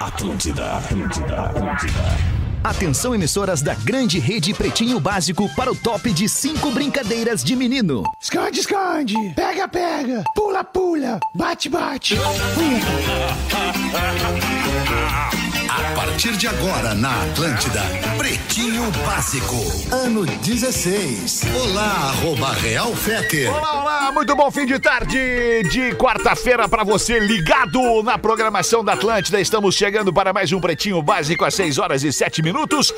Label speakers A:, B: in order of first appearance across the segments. A: Atlântida, Atlântida, Atlântida.
B: Atenção emissoras da grande rede Pretinho Básico para o top de cinco brincadeiras de menino.
C: Esconde, esconde. Pega, pega. Pula, pula. Bate, bate.
D: A partir de agora na Atlântida, Pretinho Básico, ano 16. Olá, arroba Real Fete.
E: Olá, olá, muito bom fim de tarde de quarta-feira pra você ligado na programação da Atlântida. Estamos chegando para mais um Pretinho Básico às 6 horas e 7 minutos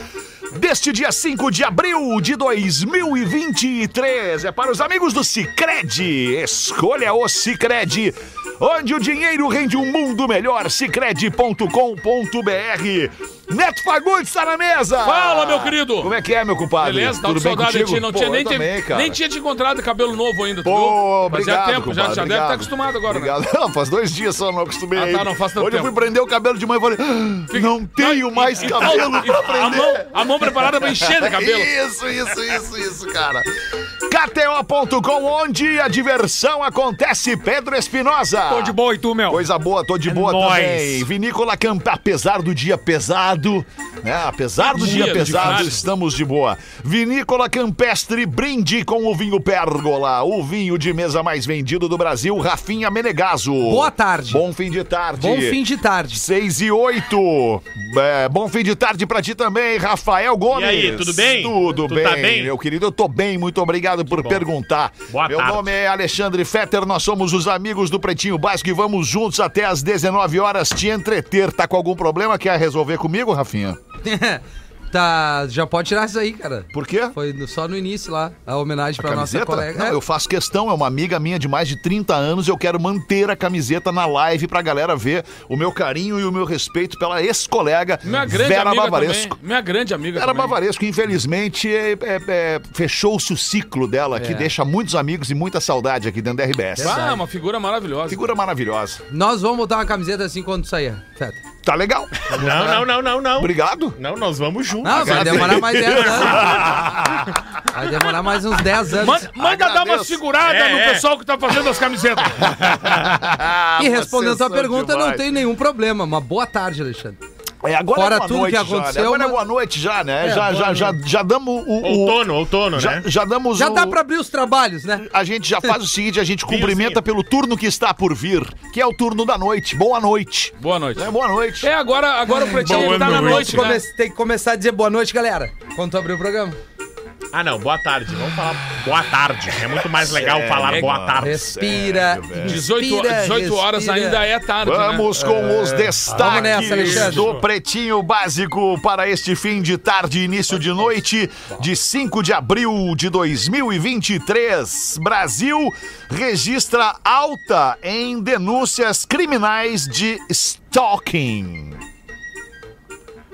E: deste dia 5 de abril de 2023. É para os amigos do Cicred. Escolha o Cicred, onde o dinheiro rende um mundo melhor. Cicred.com.br. Neto Fagundes está na mesa.
F: Fala, meu querido!
E: Como é que é, meu compadre?
F: Beleza, tá com
E: Tudo bem
F: saudade de
E: contigo?
F: ti. Não
E: Pô,
F: tinha,
E: eu
F: nem, te-
E: também, cara.
F: nem tinha te encontrado cabelo novo ainda, tu
E: Pô,
F: viu?
E: obrigado,
F: Fazia tempo,
E: compadre,
F: já, já deve estar
E: obrigado.
F: acostumado agora. né?
E: Obrigado. Não, faz dois dias só, não acostumei.
F: Ah, tá,
E: ainda.
F: não faz tanto
E: Hoje eu
F: tempo.
E: fui prender o cabelo de manhã e falei, "Ah, não tenho mais
F: E- e-
E: cabelo
F: e-
E: pra
F: a,
E: prender.
F: mão, a mão preparada pra encher de cabelo.
E: Isso, isso, isso, isso, cara. KTO.com, onde a diversão acontece, Pedro Espinosa.
G: Tô de boa e tu, meu?
E: Coisa boa, tô de
G: É
E: boa
G: nóis.
E: também. Vinícola Campa, apesar do dia pesado, né? Apesar do dia,
F: Dia de
E: pesado,
F: caralho.
E: estamos de boa. Vinícola Campestre, brinde com o vinho Pérgola, o vinho de mesa mais vendido do Brasil, Rafinha Menegaso.
G: Boa tarde.
E: Bom fim de tarde.
G: Bom fim de tarde.
E: 6 e 8. É, bom fim de tarde pra ti também, Rafael Gomes.
H: aí, tudo bem?
E: Tudo
H: Tu
E: bem,
H: tá bem?
E: meu querido. Eu tô bem, muito obrigado por perguntar.
H: Boa
E: meu
H: tarde.
E: nome é Alexandre Fetter, nós somos os amigos do Pretinho Básico e vamos juntos até às 19 horas te entreter. Tá com algum problema? Quer resolver comigo, Rafinha?
G: tá, já pode tirar isso aí, cara.
E: Por quê?
G: Foi no- só no início lá, a homenagem pra nossa
E: Camiseta?
G: colega.
E: Não,
G: É,
E: eu faço questão, é uma amiga minha de mais de 30 anos, eu quero manter a camiseta na live pra galera ver o meu carinho e o meu respeito pela ex-colega
F: Minha grande
E: Vera
F: amiga
E: Bavaresco.
F: também. Minha grande amiga
E: Era
F: também.
E: Bavaresco, infelizmente, é, é, é, fechou-se o ciclo dela,
G: É.
E: que deixa muitos amigos e muita saudade aqui dentro da RBS.
F: Ah, uma figura maravilhosa.
E: Figura maravilhosa.
G: Nós vamos botar uma camiseta assim quando sair. Feta.
E: Tá legal.
H: Não, não, não, não, não.
E: Obrigado.
H: Não, nós vamos juntos.
G: Não, vai demorar mais 10 anos. Vai demorar mais uns 10 anos.
F: Manda, manda dar uma
E: Agradeço.
F: segurada
H: É,
F: no
H: é.
F: pessoal que tá fazendo as camisetas.
G: e respondendo a tua
E: Vocês são
G: pergunta, não
E: Ah, demais.
G: tem nenhum problema. Uma boa tarde, Alexandre.
E: É, agora
G: Fora
E: é boa
G: tudo
E: noite
G: que
E: já, né?
G: aconteceu,
E: Agora é
G: mas-
E: boa noite já, né?
G: É,
E: já, já,
G: boa
E: já, já damos o... o,
H: Outono, outono,
E: já,
H: né?
E: já damos
G: Já
E: o...
G: dá pra abrir os trabalhos, né?
E: A gente já faz o seguinte, a gente cumprimenta pelo turno que está por vir, que é o turno da noite. Boa noite.
F: Boa noite.
E: Né? Boa noite.
F: É, agora, agora o Pretinho
H: Boa
F: tá na
H: noite.
F: noite, né?
G: Come- Tem que começar a dizer boa noite, galera. Quando tu abrir o programa.
H: Ah, não, boa tarde. Vamos falar boa tarde. É muito mais legal
E: Sério,
H: falar boa
E: mano.
H: tarde.
G: Respira.
E: Sério, velho.
F: 18,
G: Respira,
F: 18 horas
G: respira.
F: ainda é tarde, né?
E: Vamos com os destaques
G: Vamos nessa, Alexandre.
E: do Pretinho Básico para este fim de tarde, e início de noite de 5 de abril de 2023. Brasil registra alta em denúncias criminais de stalking.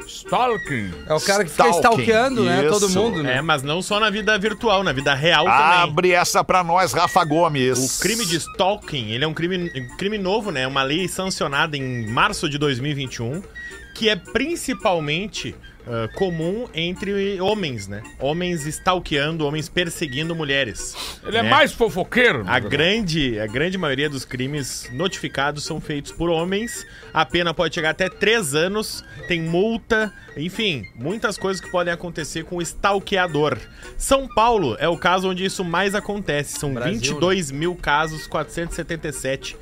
F: Stalking.
G: É o cara que fica
E: Stalking.
G: stalkeando, né? Todo
E: Isso.
G: mundo, né?
H: É, mas não só na vida virtual, na vida real também.
E: Abre essa pra nós, Rafa Gomes.
H: O crime de stalking, ele é um crime, um crime novo, né? Uma lei sancionada em março de 2021, que é principalmente ah, comum entre homens, né? Homens stalkeando, homens perseguindo mulheres.
F: Ele é
H: né?
F: mais fofoqueiro.
H: A grande, a grande maioria dos crimes notificados são feitos por homens. A pena pode chegar até 3 anos, tem multa, enfim, muitas coisas que podem acontecer com o stalkeador. São Paulo é o caso onde isso mais acontece. São
G: Brasil,
H: 22 mil casos, 477.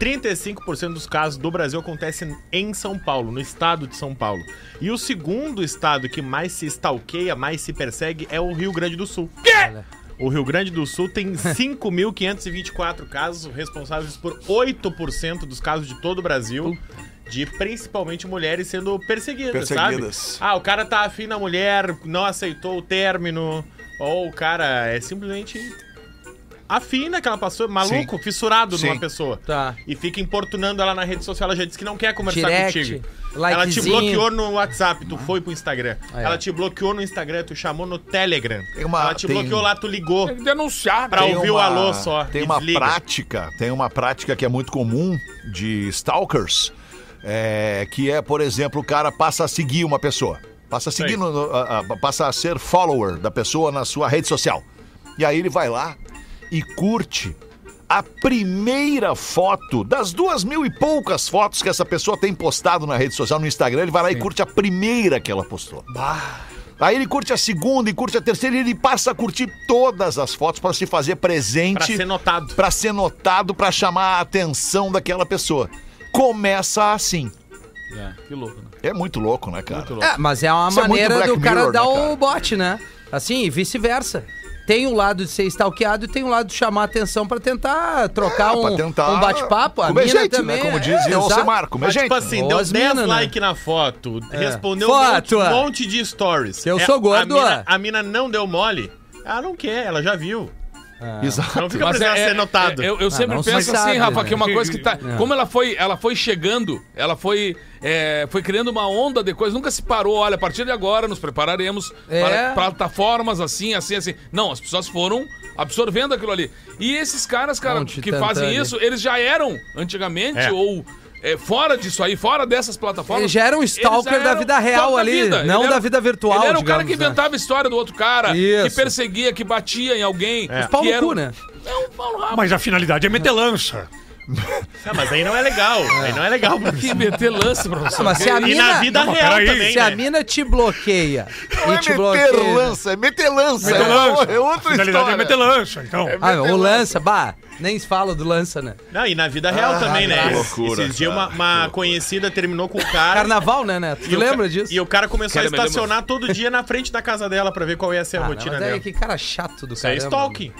H: 35% dos casos do Brasil acontecem em São Paulo, no estado de São Paulo. E o segundo estado que mais se stalkeia, mais se persegue é o Rio Grande do Sul. O Rio Grande do Sul tem 5.524 casos, responsáveis por 8% dos casos de todo o Brasil. De principalmente mulheres sendo perseguidas,
E: Perseguidas.
H: sabe? Ah, o cara tá afim da mulher, não aceitou o término. Ou o cara é simplesmente afim né, daquela pessoa, maluco, fissurado
E: Sim.
H: numa pessoa.
G: Tá.
H: E fica importunando ela na rede social, ela já disse que não quer conversar
G: Direct,
H: contigo. Ela te
G: likezinho.
H: bloqueou no WhatsApp, tu foi pro Instagram.
G: Ah, é.
H: Ela te bloqueou no Instagram, tu chamou no Telegram.
E: Tem uma-
H: ela te
E: tem-
H: bloqueou lá, tu ligou.
F: Tem que denunciar,
H: Pra
F: né?
H: ouvir. Ouviu o alô só,
E: Tem
H: e
E: uma
H: desliga.
E: prática, tem uma prática que é muito comum de stalkers, é, que é, por exemplo, o cara passa a seguir uma pessoa. Passa a seguir,
H: Sim.
E: no- no- a- a- passa a ser follower da pessoa na sua rede social. E aí ele vai lá e curte a primeira foto das duas mil e poucas fotos que essa pessoa tem postado na rede social, no Instagram, ele vai lá e curte a primeira que ela postou. Aí ele curte a segunda e curte a terceira e ele passa a curtir todas as fotos para se fazer presente.
H: Pra ser notado.
E: Pra ser notado, pra chamar a atenção daquela pessoa. Começa assim.
F: É, que louco, né?
E: É muito louco, né, cara?
G: É, mas é uma
E: Isso é muito
G: maneira
E: Black
G: do cara
E: Mirror,
G: dar
E: né, cara?
G: o bote, né? Assim, e vice-versa. Tem o lado de ser stalkeado e tem o lado de chamar atenção pra tentar trocar
E: É, pra
G: um,
E: tentar
G: um bate-papo. A
E: comer
G: mina
E: gente,
G: também. é,
E: né? Como dizia o
G: exato.
E: Alcemar, comer
H: Mas,
E: gente.
H: tipo assim, deu
G: Boas
H: 10
G: mina, né? É.
H: likes na foto, respondeu
G: Foto,
H: um monte,
G: é.
H: monte de stories.
G: Eu sou gordo,
H: A mina,
G: é.
H: a mina não deu mole, ela não quer, ela já viu.
E: Exato.
H: Não fica precisando ser notado.
F: é, eu, eu sempre
G: Ah, não se
F: penso assim,
G: sabe,
F: Rafa,
G: né?
F: que é uma coisa que tá. Como ela foi, ela foi chegando, ela foi, é, foi criando uma onda de coisa, nunca se parou. Olha, a partir de agora nos prepararemos
G: É.
F: para plataformas assim, assim, assim. Não, as pessoas foram absorvendo aquilo ali. E esses caras, cara,
G: Monte né?
F: que
G: tantane.
F: fazem isso, eles já eram antigamente
H: É.
F: ou. é, fora disso aí, fora dessas plataformas.
G: Eles já eram
F: eles
G: stalker
F: já
G: da vida real
F: stalker da
G: ali,
F: vida.
G: não
F: Ele
G: da vida virtual,
F: Ele era o cara
G: digamos,
F: que
G: né?
F: inventava a história do outro cara, que
G: Isso.
F: perseguia, que batia em alguém.
H: É.
F: que
G: Pau no
F: era
G: cu,
F: um-
G: né?
F: É um pau no rabo.
I: Mas a finalidade é meter lança.
H: Ah, mas aí não é legal, aí não é legal.
F: Que meter lance, professor.
G: Não, mas se a
H: E
G: mina,
H: na vida
I: Não, mas
H: real
I: peraí.
H: também,
G: se a
H: né?
G: mina te bloqueia
E: Não
G: e
E: é
G: te
E: meter
G: bloqueia...
E: lança, é meter lança.
I: Meter
E: é,
I: lança.
E: é outra
I: a finalidade
E: história.
I: é meter lança, então.
G: Ah, meu, o lança, bah, nem se fala do lança, né?
H: Não, e na vida real também, né?
E: Ah, que loucura,
H: Esses dias uma,
E: cara,
H: uma conhecida terminou com o cara.
G: Carnaval, né, Neto?
H: e
G: Tu
H: o
G: lembra
H: ca-
G: disso?
H: E o cara começou
F: Cara,
H: a
F: eu me lembro.
H: estacionar todo dia na frente da casa dela pra ver qual ia ser a
G: Ah,
H: rotina
G: mas daí,
H: dela.
G: que cara chato do
H: Isso é
G: cara.
H: stalking.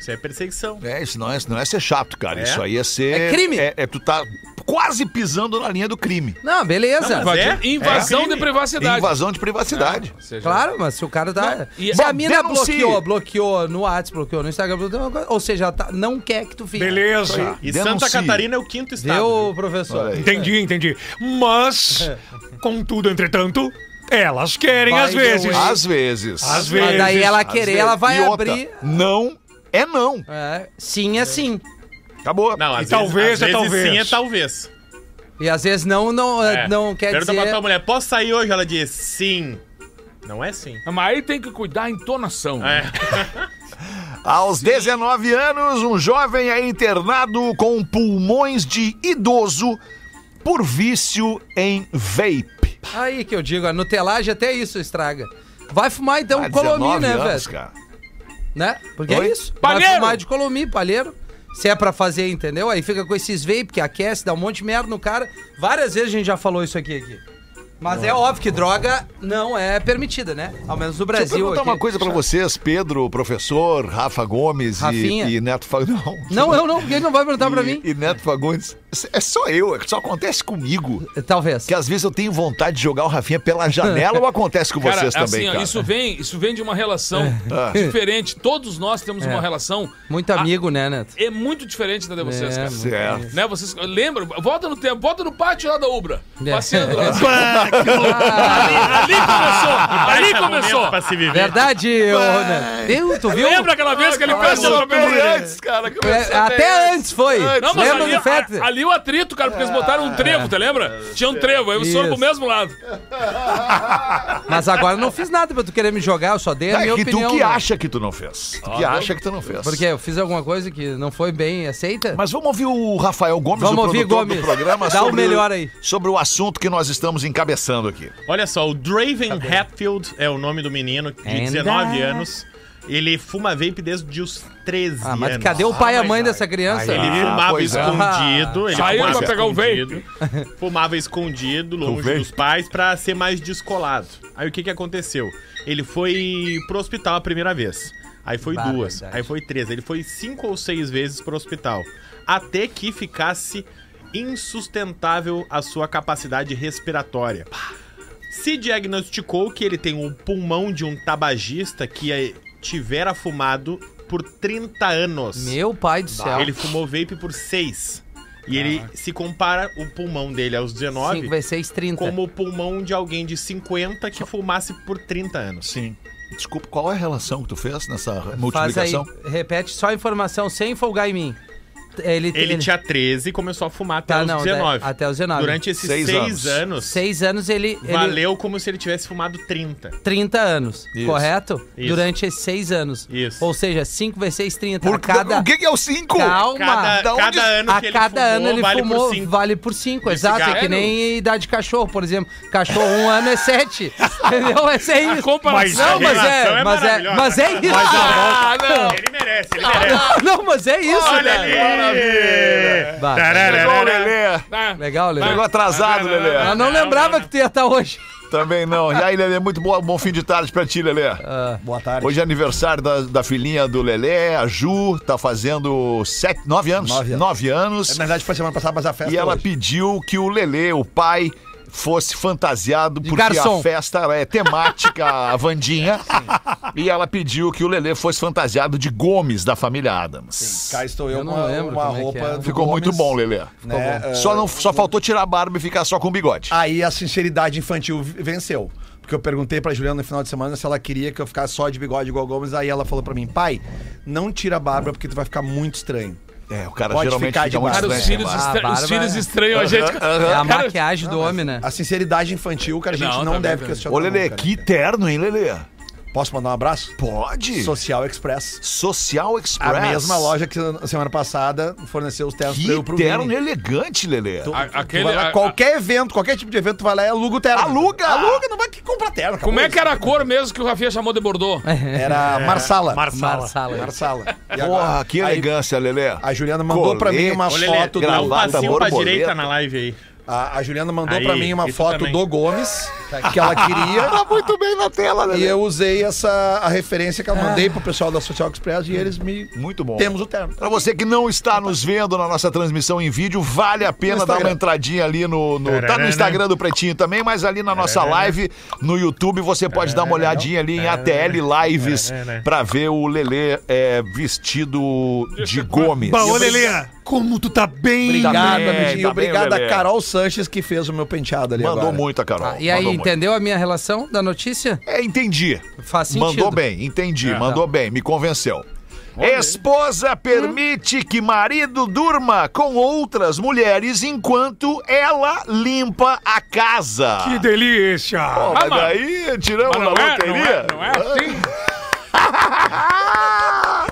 H: Isso é perseguição.
E: É, isso não é, isso não é ser chato, cara.
H: É?
E: Isso aí é ser.
G: É crime.
E: É, é tu tá quase pisando na linha do crime.
G: Não, beleza.
H: Não, mas é?
F: Invasão
H: É.
F: de privacidade.
E: Invasão de privacidade.
F: Ou seja,
G: Claro, mas se o cara tá.
F: é- Não, e-
G: se
E: Bom,
G: a mina
E: denuncie.
G: bloqueou, bloqueou no WhatsApp, bloqueou no Instagram, bloqueou, alguma coisa, ou seja, tá- não quer que tu fique. Tá.
I: Beleza.
H: E
E: Denuncie.
H: Santa Catarina é o quinto estado.
G: Viu, professor?
E: Olha aí.
I: Entendi, entendi. Mas, contudo, entretanto, elas querem
G: By
I: às
G: the
D: É.
I: vezes.
G: way.
E: Às vezes.
I: Às vezes.
G: Mas daí ela
E: Às
G: querer,
E: vezes.
G: ela vai
E: E outra,
G: abrir.
E: Não é não.
G: É, sim é sim.
E: Acabou.
H: Não,
I: E
H: às
I: talvez
H: vezes,
I: é
H: às vezes
I: talvez.
H: sim é talvez.
G: E às vezes não, não, é,
H: É.
G: não quer
H: Pergunta pra tua
G: dizer.
H: mulher, posso sair hoje? Ela diz sim. Não é sim.
F: Mas aí tem que cuidar a entonação.
H: É.
E: Aos 19 anos, um jovem é internado com pulmões de idoso por vício em vape.
G: Aí que eu digo, a nutelagem até isso estraga. Vai fumar então com
E: Há
G: Colomi,
E: 19
G: né,
E: anos,
G: velho?
E: cara.
G: Né? Porque
E: Oi?
G: é isso.
F: Palheiro!
G: Vai fumar de Colomi, palheiro. Se é pra fazer, entendeu? Aí fica com esses vape que aquece, dá um monte de merda no cara. Várias vezes a gente já falou isso aqui. aqui. Mas é óbvio que droga não é permitida, né? Ao menos no
E: Deixa eu
G: Brasil.
E: perguntar
G: aqui.
E: uma coisa pra vocês, Pedro, professor, Rafa Gomes e,
G: Rafinha.
E: e Neto Fagundes.
G: Não, eu não, porque ele não vai perguntar pra mim.
E: E, e Neto Fagundes. É só eu, é que só acontece comigo.
G: Talvez.
E: Que às vezes eu tenho vontade de jogar o Rafinha pela janela ou acontece com
F: Cara,
E: vocês também,
F: assim, ó,
E: cara?
F: Isso, vem, isso vem de uma relação
G: É.
H: Ah.
F: diferente. Todos nós temos uma relação.
G: Muito
E: Ah.
G: amigo, né, Neto?
F: É muito diferente da de vocês,
G: É,
F: cara.
G: muito.
E: Certo.
F: Né, vocês lembram? Volta no tempo, volta no pátio lá da Ubra.
G: É. Ah,
F: Passeando. lá.
H: Ali
F: começou.
H: um Pra se viver.
G: Verdade, ô, Neto. Eu, tu viu?
F: Lembra aquela vez que ele fez o
E: Bem
F: atropelo?
E: antes, cara.
G: É,
E: começou bem
G: até antes foi.
E: Antes.
F: Não, mas
G: Lembra
F: ali,
G: do Fetter?
F: a- ali o atrito, cara, porque eles botaram um trevo, tá lembra? Tinha um trevo, aí o senhor
G: Isso.
F: pro mesmo lado.
G: Mas agora eu não fiz nada pra tu querer me jogar, eu só dei a
E: É
G: minha
E: que
G: opinião.
E: tu que
G: né?
E: acha que tu não fez. Tu que acha que tu não fez.
G: Porque eu fiz alguma coisa que não foi bem aceita?
E: Mas vamos ouvir o Rafael Gomes,
G: Vamos
E: o
G: ouvir,
E: produtor
G: Gomes.
E: do programa,
G: Dá o melhor aí.
E: sobre o assunto que nós estamos encabeçando aqui.
H: Olha só, o
G: Tá
H: Draven Hatfield é o nome do menino de
G: And
H: 19
G: I-
H: anos. Ele fuma vape desde os 13
G: Ah, mas
H: anos.
G: cadê o pai e a mãe dessa criança?
H: Ele
E: Ah,
H: fumava
E: pois é.
H: escondido. Ele
F: Saiu
H: fumava
F: pra pegar o
H: escondido, Fumava escondido, longe dos pais, pra ser mais descolado. Aí o que que aconteceu? Ele foi pro hospital a primeira vez. Aí foi
G: Barbaridade.
H: duas, aí foi três. Ele foi cinco ou seis vezes pro hospital. Até que ficasse insustentável a sua capacidade respiratória. Se diagnosticou que ele tem o pulmão de um tabagista que eh, tivera fumado por 30 anos.
G: Meu pai do céu.
H: Ele fumou vape por 6. E ele se compara o pulmão dele aos 19
G: 5 vezes 6, 30.
H: como o pulmão de alguém de 50 que fumasse por 30 anos.
E: Sim. Desculpa, qual é a relação que tu fez nessa
G: Faz aí,
E: multiplicação?
G: repete só a informação sem folgar em mim. Ele,
H: Ele tinha 13 e começou a fumar até
G: Tá,
H: os
G: não,
H: 19.
G: da- até os 19.
H: Durante esses
E: Seis
H: 6
E: anos.
H: anos,
G: Seis anos ele. ele-
H: valeu como se ele tivesse fumado 30.
G: 30 anos,
E: Isso.
G: correto?
H: Isso.
G: Durante esses 6 anos.
H: Isso.
G: Ou seja, 5 vezes 6, 30.
E: Por,
G: a cada
E: O que, que é o 5?
G: Calma.
H: Cada,
E: Da onde-
H: cada ano
G: a
H: que ele
G: cada
H: fumou,
G: ano ele
H: vale
G: fumou
H: por 5.
G: vale por 5, exato. É que
F: cigarro.
G: nem idade de cachorro, por exemplo. Cachorro, um ano é 7. entendeu? Essa é isso.
F: comparação
G: não, mas
H: relação
G: é,
H: é
G: mas é,
H: maravilhosa.
G: mas é isso.
F: Ah, não.
H: Ele merece, ele merece.
G: Não, mas é isso,
H: Olha
G: cara.
H: ali! Tararara.
G: Bah,
E: Chegou o Lelê.
F: Ah,
G: Legal,
E: Chegou
G: Lelê.
E: atrasado, Lelê.
G: Eu não lembrava que tu ia estar hoje.
E: Também não. E aí, Lelê, muito boa, bom fim de tarde pra ti, Lelê.
B: Ah, Boa tarde.
E: Hoje é aniversário da, da filhinha do Lelê, a Ju, tá fazendo sete, nove anos.
B: Nove anos.
E: anos.
B: Na verdade, foi semana passada, mas a festa
E: e ela
B: hoje.
E: pediu que o Lelê, o pai, fosse fantasiado porque
G: garçom.
E: a festa é temática, a Vandinha. E ela pediu que o Lelê fosse fantasiado de Gomes, da família Adams.
B: Cá estou eu,
G: Eu
B: com
G: não
B: uma,
G: lembro
B: uma
G: como é que
B: roupa.
G: é.
B: do
E: Ficou muito
B: Gomes,
E: bom, Lelê.
B: Né? eh, Ah.
E: Só, não, só faltou tirar a barba e ficar só com o bigode.
B: Aí a sinceridade infantil v- venceu. Porque eu perguntei pra Juliana no final de semana se ela queria que eu ficasse só de bigode igual o Gomes. Aí ela falou pra mim, pai, não tira a barba porque tu vai ficar muito estranho.
E: É, o cara
B: Pode
E: geralmente
B: ficar
E: fica
B: de
E: muito
F: Cara,
B: barba.
E: estranho.
F: os filhos,
E: sem
G: Ah,
F: estra... os
G: Bárbara.
F: filhos estranham a gente.
G: É a
F: Cara,
G: maquiagem do homem, né?
B: A sinceridade infantil, cara, a gente
F: Não,
B: não,
F: tá
B: deve
F: bem,
E: barba.
B: questionar.
E: Ô, Lelê,
B: nunca, né,
E: que
B: cara?
E: terno, hein, Lelê?
B: Posso mandar um abraço?
E: Pode.
B: Social Express.
E: Social Express.
B: A mesma loja que na semana passada forneceu os ternos pra eu
E: Que
B: pro
E: terno né?
B: Vini.
E: elegante, Lelê.
B: Tu-
F: A-
B: tu vai
F: aquele-
B: lá,
F: a-
B: qualquer evento, qualquer tipo de evento, tu vai lá e aluga o terno.
E: Aluga!
B: Aluga, não vai ter que comprar terno. acabou
F: Como é
B: isso.
F: que era a É. cor mesmo que o Rafinha chamou de Bordeaux?
G: É.
B: Era Marsala.
G: Marsala.
B: Marsala. E
E: Porra,
B: agora-
E: que
B: aí
E: elegância, Lelê.
B: A Juliana mandou pra mim uma
H: Ô, Lelê,
B: foto
H: dá um
B: do.
E: gravata,
H: passinho pra
E: borboleta.
H: direita na live aí.
B: A, a Juliana mandou
H: Aí,
B: pra mim uma
H: isso
B: foto
H: também.
B: do Gomes que ela queria.
E: muito bem na tela,
B: e eu usei essa a referência que eu mandei pro pessoal da Social Express e eles me.
E: Muito bom.
B: Temos o termo.
E: Pra você que não está nos vendo na nossa transmissão em vídeo, vale a pena
B: No
E: dar uma
B: Instagram.
E: entradinha ali no, no. Tá no Instagram do Pretinho também, mas ali na nossa live no YouTube você pode dar uma olhadinha ali em ATL Lives pra ver o Lelê é, vestido de Gomes.
I: Bah, ô, Lelê, como tu tá bem.
B: Obrigado,
E: bem,
B: amiguinho.
E: tá bem,
B: Obrigado
E: Lelê.
B: a Carol Sanches que fez o meu penteado ali.
E: Mandou
B: agora.
E: muito a Carol.
G: Ah, E
H: um
G: aí,
E: mandou muito.
G: entendeu a minha relação da notícia?
E: É, entendi.
G: Faz sentido.
E: Mandou bem, entendi. mandou bem, me convenceu.
G: Hum?
E: Esposa permite que marido durma com outras mulheres enquanto ela limpa a casa.
I: Que delícia.
E: Pô, mas
F: Ah, mas-
E: daí tiramos
F: Mas
E: na
F: não, é, não,
E: loteria.
F: é, não é assim?
E: Ah!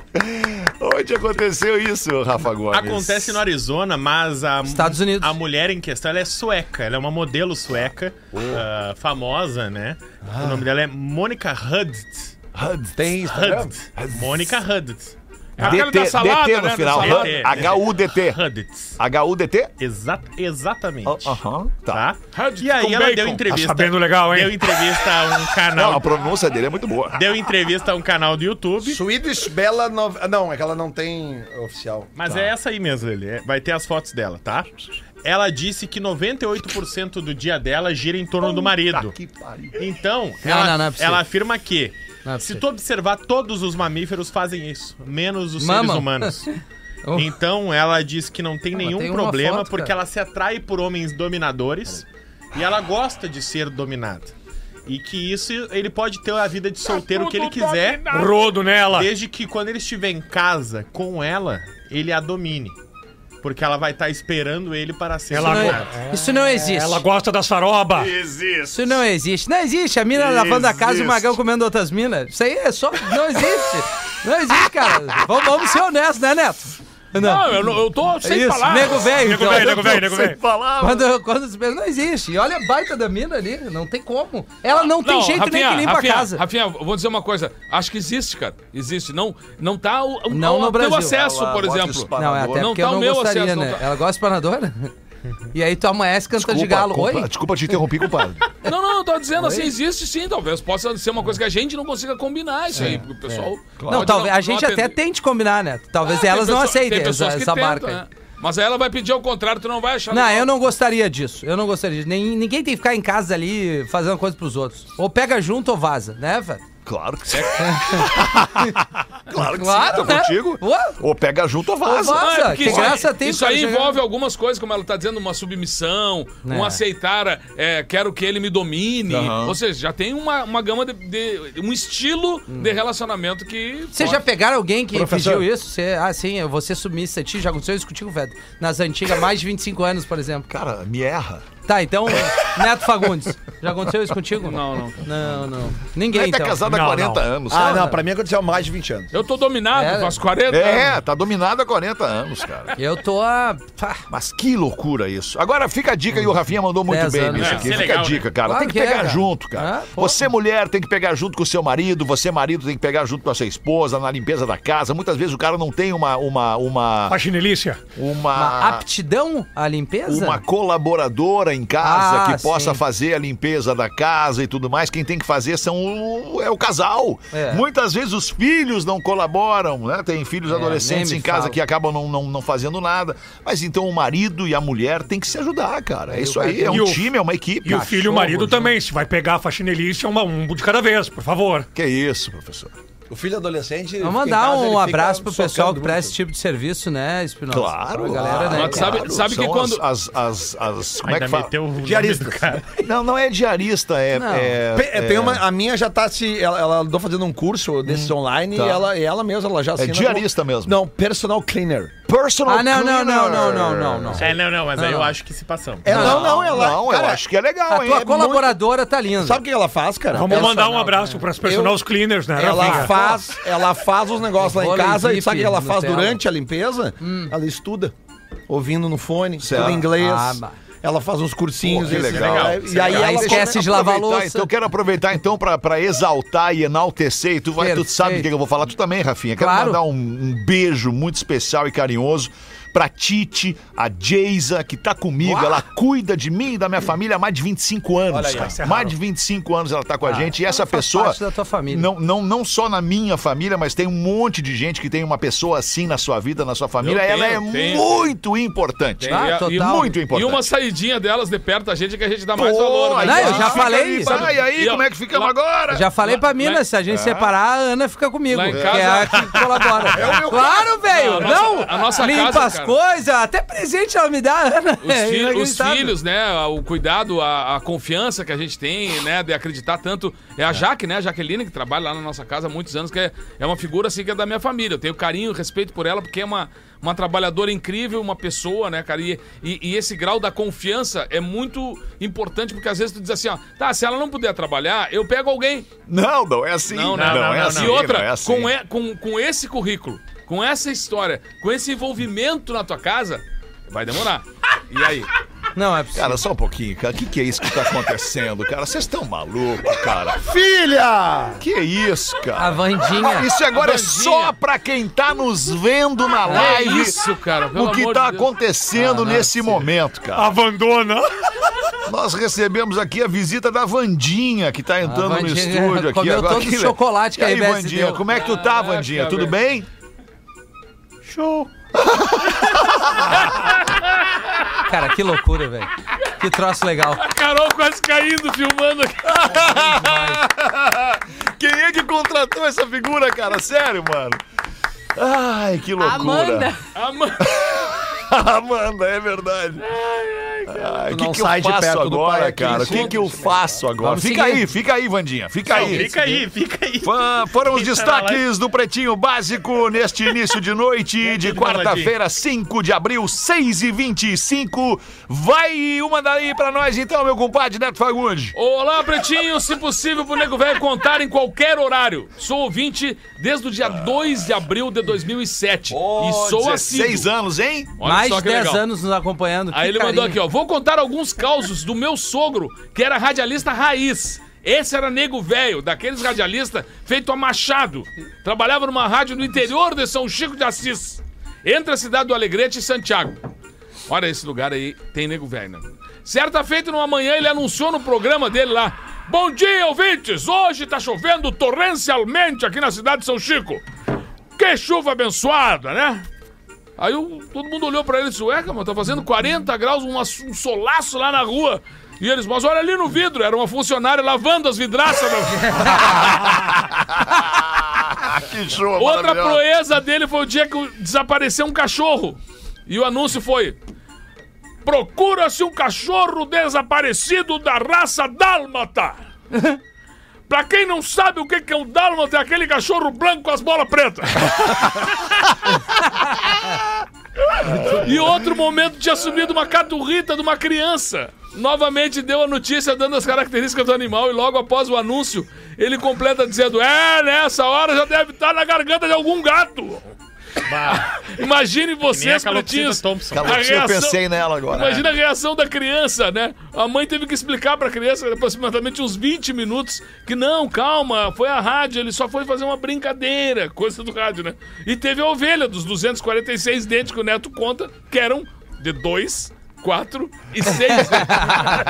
E: Onde aconteceu isso, Rafa Gomes?
H: Acontece no Arizona, mas a,
G: Estados Unidos.
H: a mulher em questão ela é sueca, ela é uma modelo sueca, ah, famosa, né?
G: Ah.
H: O nome dela é Mônica Hudt.
B: Tem Instagram?
H: Hudt. Mônica Hudt.
F: É Aquela
E: DT,
F: da salada,
E: DT no
F: né, da
E: final.
F: salada.
E: Hud- HUDT.
H: Hudt.
E: HUDT?
H: Exa exatamente.
E: Oh,
G: uh-huh.
E: Aham, tá.
H: Tá?
F: Hudt
H: E
F: Ah, com
H: aí ela
F: bacon.
H: deu entrevista.
I: Tá sabendo legal, hein?
H: Deu entrevista a um
E: Não, a
H: canal.
E: pronúncia dele é muito boa.
H: Deu entrevista a um canal do YouTube.
B: Swedish Bella Nova. ah, Não, é que ela não tem oficial.
H: Mas
G: Tá.
H: é essa aí mesmo, ele. é- Vai ter as fotos dela, tá? Ela disse que 98% do dia dela gira em torno do marido. Então,
G: Não,
H: ela,
G: não, não é possível.
H: ela afirma que
G: Não é
H: se
G: possível.
H: tu observar, todos os mamíferos fazem isso, menos os
G: Mamam.
H: seres humanos.
G: Oh.
H: Então, ela diz que não tem
G: mas
H: nenhum
G: tem uma
H: problema
G: foto,
H: porque
G: cara.
H: ela se atrai por homens dominadores e ela gosta de ser dominada. E que isso ele pode ter a vida de solteiro que ele quiser,
I: Rodo nela.
H: Desde que quando ele estiver em casa com ela, ele a domine. Porque ela vai estar esperando ele para ser
I: Ela
H: dominada.
I: agora-
G: Isso não existe.
I: Ela gosta das faroba.
G: Isso não existe. Não existe. A mina lavando a casa e o Magão comendo outras minas. Isso aí é só. Não existe. Não existe, cara. Vamos, vamos ser honestos, né, Neto? Não.
F: Não, eu, não- eu tô sem
G: É Isso,
F: falar.
G: nego velho.
I: Nego
G: então.
I: velho, nego velho, nego velho.
G: Quando, quando se pega, não existe. E olha a baita da mina ali, não tem como. Ela não, tem jeito nem que limpa
F: Rafinha,
G: a casa.
F: Rafinha, vou dizer uma coisa. Acho que existe, cara. Existe. Não, não tá o, o-
G: Não
F: o
G: no
F: teu
G: Brasil.
F: acesso,
E: Ela
F: por
E: bota
F: exemplo.
E: espanador.
G: Não, é até
F: Não
G: porque
F: tá
G: eu
F: o
G: não
F: meu
G: gostaria,
F: acesso,
G: né?
F: não tá.
G: Ela gosta de espanadora? E aí tu amanhece cantando de galo.
E: compa-
G: Oi?
E: desculpa te interromper, compadre.
F: Não, não, eu tô dizendo assim, existe sim. Talvez possa ser uma coisa que a gente não consiga combinar isso aí. porque O pessoal. pode
G: É, Não, talvez a gente até
F: atender.
G: tente combinar, né? Talvez
F: Ah,
G: elas
F: tem
G: não
F: pessoa-
G: aceitem
F: tem
G: essa,
F: pessoas que
G: essa
F: tentam,
G: barca. aí.
F: né? Mas aí ela vai pedir ao contrário, tu não vai achar.
G: Não, eu não gostaria disso. Eu não gostaria disso. Nem, ninguém tem que ficar em casa ali fazendo coisa pros outros. Ou pega junto ou vaza, né, velho?
E: Claro que sim. Claro que
G: Claro,
E: sim. Tá
G: né?
E: Contigo.
G: Ué?
E: Ou pega junto ou vaza.
G: Ou vaza.
F: Não, é
G: que
F: isso aí-
G: graça tem o
F: Isso
G: cara
F: aí
G: chegar-
F: envolve algumas coisas, como ela tá dizendo, uma submissão, um
G: É.
F: aceitar, é, quero que ele me domine.
E: Aham.
F: Ou seja, já tem uma, uma gama de, de- um estilo de relacionamento que.
G: Vocês Hum. já
F: pode-
G: pegaram alguém que
B: Professor.
G: pediu isso? Você, ah, sim, eu vou ser submissa a ti. Já aconteceu isso contigo, velho? Nas antigas, mais de 25 anos, por exemplo.
E: Cara, me erra.
G: Tá, então, Neto Fagundes, já aconteceu isso contigo?
F: Não, não.
G: Não, não.
E: Ele
G: Ninguém,
E: tá
G: então.
E: casado há
I: Não,
E: 40
I: não.
E: anos.
B: Ah,
E: cara.
B: não, pra mim aconteceu há mais de 20 anos.
F: Eu tô dominado,
G: É.
F: faço 40 anos.
E: É, tá dominado há 40 anos, cara.
G: Eu tô a... pá,
E: Mas que loucura isso. Agora fica a dica, e o Rafinha mandou muito
G: Dez
E: bem
G: anos.
E: nisso
F: É,
E: aqui.
F: isso é
E: Fica a
F: legal,
E: dica,
F: né?
E: cara.
G: Claro
E: tem que
G: que é,
E: pegar
G: cara.
E: junto, cara.
G: Ah, pô.
E: você, mulher, tem que pegar junto com o seu marido. Você, marido, tem que pegar junto com a sua esposa na limpeza da casa. Muitas vezes o cara não tem uma. Uma. Uma.
I: Faxinelícia.
G: uma
E: Uma,
G: aptidão à limpeza?
E: Ah. uma colaboradora em casa
G: Ah,
E: que possa
G: sim.
E: fazer a limpeza da casa e tudo mais. Quem tem que fazer são o, é o casal.
G: É.
E: Muitas vezes os filhos não colaboram, né? Tem filhos adolescentes
G: nem
E: em
G: me
E: casa
G: fala.
E: que acabam não, não, não fazendo nada. Mas então o marido e a mulher têm que se ajudar, cara. É isso aí, é
I: E
E: um
I: o-
E: time, é uma equipe.
I: E o filho e o marido
E: Cachorro,
I: também. Se vai pegar a faxinelícia, uma, um de cada vez, por favor.
E: Que isso, professor.
B: O filho adolescente.
G: Vamos
B: fica em
G: mandar
B: casa,
G: um
B: ele fica
G: abraço pro
B: socando
G: pessoal que
B: muito.
G: presta esse tipo de serviço, né, Espinosa?
E: Claro.
G: Pra galera, né?
E: claro,
F: Mas sabe-
E: claro.
F: sabe que
E: São
F: quando-
E: As, as, as, as- como é
H: Ainda
E: que fala?
H: meteu o nome
B: Diarista.
H: do cara.
E: Não, não é diarista, é.
G: Não.
E: é-
B: Pe- é, Tem
E: é-
B: uma, a minha já tá se. Ela, ela andou fazendo um curso desses online
E: tá.
B: e ela, e ela mesma, ela já assina como-
E: diarista mesmo.
B: Não, personal cleaner.
E: Personal
G: Ah, não, não, não, não, não,
E: cleaner.
G: não, não.
H: É, não, não, mas aí eu acho que se passamos.
B: É, não, não, ela.
E: Não,
B: cara,
E: eu acho que é legal,
G: A
E: hein?
G: tua colaboradora tá linda.
B: Sabe o que ela faz, cara?
I: Vamos
B: ela,
I: mandar um abraço para as personals cleaners, né,
B: né? ela
I: Rafinha?
B: faz, ela faz os negócios lá em
G: Bola em
B: casa e
G: Jeep,
B: sabe o que ela faz
G: Nutella.
B: durante a limpeza?
I: Hum.
B: Ela estuda, ouvindo no fone,
E: Certo.
B: tudo em inglês.
G: Ah, bah.
B: ela faz uns cursinhos.
E: Pô, que
B: esses,
E: legal.
B: né? E aí
G: Aí
B: ela
G: esquece de lavar a
E: Aproveitar,
G: louça.
E: Então, eu quero aproveitar então pra, pra exaltar e enaltecer. E tu, vai, tu
G: Perfeito.
E: sabe o que eu vou falar, tu também, Rafinha. Quero
G: Claro.
E: mandar um, um beijo muito especial e carinhoso pra Titi, a Geisa, que tá comigo. Ela cuida de mim e da minha família há mais de 25 anos. cara.
I: isso é
E: mais de 25 anos ela tá com a gente. E essa
G: Ah, então faz
E: pessoa.
G: parte
F: é?
G: da tua família.
E: Não, não, não só na minha família, mas tem um monte de gente que tem uma pessoa assim na sua vida, na sua família.
F: Eu
E: ela
F: tenho,
E: é
F: tenho.
E: muito importante.
F: Tem,
G: Ah,
F: é, e a- e,
G: total.
E: Muito importante.
F: e uma saidinha delas de perto da gente é que a gente dá mais
E: Pô,
F: valor.
E: aí
G: Não, eu
E: você
G: já
E: fica
G: falei
E: ali,
G: isso.
E: Sai aí,
F: E, ó,
E: como é que ficamos
F: lá-
E: agora?
G: Já falei pra
F: Lá-
G: mina,
F: lá-
G: se a gente separar, a Ana fica comigo.
F: Lá em
G: que
F: casa- É
G: é a que colabora. claro, velho.
F: Não, a
G: Não,
F: nossa- a nossa
G: limpa
F: casa,
G: as
F: cara.
G: coisas, até presente ela me dá, a Ana.
F: Os,
G: É
F: fi- os
G: inacreditável.
F: filhos, né? O cuidado, a, a confiança que a gente tem, né? De acreditar tanto. É a Jaque, né? A Jaqueline, que trabalha lá na nossa casa há muitos anos, que é, é uma figura assim que é da minha família. Eu tenho carinho e respeito por ela, porque é uma, uma trabalhadora incrível, uma pessoa, né, cara? E, e- e esse grau da confiança é muito importante, porque às vezes tu diz assim, ó, tá, se ela não puder trabalhar, eu pego alguém.
E: Não, não é assim.
F: Não, não,
H: não,
E: é
H: não,
E: assim.
F: e outra,
E: não é assim.
F: com, e- com, com esse currículo, com essa história, com esse envolvimento na tua casa, vai demorar. E aí?
G: Não, é possível.
E: Cara, só um pouquinho, cara. O que, que é isso que tá acontecendo, cara? Vocês estão malucos, cara.
B: Filha!
E: Que é isso,
G: A
E: cara?
G: Vandinha.
E: Isso agora é
F: bandinha.
E: só pra quem tá nos vendo na
F: É
E: live.
F: isso, cara. Pelo
E: O que
F: amor
E: tá
F: de Deus.
E: acontecendo nesse momento, cara?
I: Abandona.
B: É
E: Nós recebemos aqui a visita da Vandinha, que tá entrando no
G: Vandinha
E: estúdio aqui
G: comeu
E: agora.
G: todo o
E: le-
G: chocolate que
E: E
G: a
E: aí,
G: Ivete
E: Vandinha,
G: deu.
E: como é que tu tá,
F: Caraca,
E: Vandinha? Tudo
F: velho.
E: bem?
I: Show.
G: Cara, que loucura, velho. Que troço legal.
F: Carol quase caindo, filmando aqui.
E: Quem é que contratou essa figura, cara? Sério, mano? Ai, que loucura.
J: Amanda.
F: A mãe-
E: Amanda, é verdade. Ai, o
B: Tu
E: que,
B: não
E: que eu
B: sai de
E: faço
B: perto do
E: agora,
B: paraquedas,
E: cara? O que,
B: gente.
E: que eu faço agora?
G: Vamos
E: fica
G: seguir.
E: aí, fica aí, Vandinha. Fica aí.
H: Fica aí, fica aí.
E: Fã, foram os
H: Fica na
E: destaques do Pretinho Básico neste início de noite de
H: aquele
E: quarta-feira, 5 de abril, 6h25. Vai uma daí pra nós então, meu compadre Neto Fagundes.
F: Olá, Pretinho. Se possível, pro Nego Velho contar em qualquer horário. Sou ouvinte desde o dia 2 de abril de 2007. e sou assim.
E: Seis anos, hein?
G: Mais de 10 anos nos acompanhando.
F: Aí ele mandou aqui, ó. Vou contar alguns causos do meu sogro, que era radialista raiz. Esse era nego velho, daqueles radialistas feito a machado. Trabalhava numa rádio no interior de São Chico de Assis. Entre a cidade do Alegrete e Santiago. Olha, esse lugar aí tem nego velho, né? Certa feita, numa manhã, ele anunciou no programa dele lá. Bom dia, ouvintes! Hoje tá chovendo torrencialmente aqui na cidade de São Chico. Que chuva abençoada, né? Aí o- todo mundo olhou pra ele e disse, ué, cara, tá fazendo 40 graus, um, ass- um solaço lá na rua. E eles, mas olha ali no vidro, era uma funcionária lavando as vidraças. Meu.
E: que show,
F: Outra
E: maravilhoso.
F: proeza dele foi o dia que desapareceu um cachorro. E o anúncio foi: Procura-se um cachorro desaparecido da raça dálmata. pra quem não sabe o que que é um dálmata, é aquele cachorro branco com as bolas pretas. e outro momento tinha subido uma caturrita de uma criança. Novamente deu a notícia dando as características do animal e logo após o anúncio, ele completa dizendo: É, nessa hora já deve estar na garganta de algum gato. Imagine
H: nem a
F: vocês,
H: calopsita
F: pretinhos.
H: Thompson.
F: a
E: Calotinha, Tá eu
F: reação-
E: pensei nela agora.
F: Imagina a reação da criança, né? A mãe teve que explicar pra criança, aproximadamente uns 20 minutos, que não, calma, foi a rádio, ele só foi fazer uma brincadeira, coisa do rádio, né? E teve a ovelha dos 246 dentes que o Neto conta, que eram de dois, quatro e seis.
E: Ah,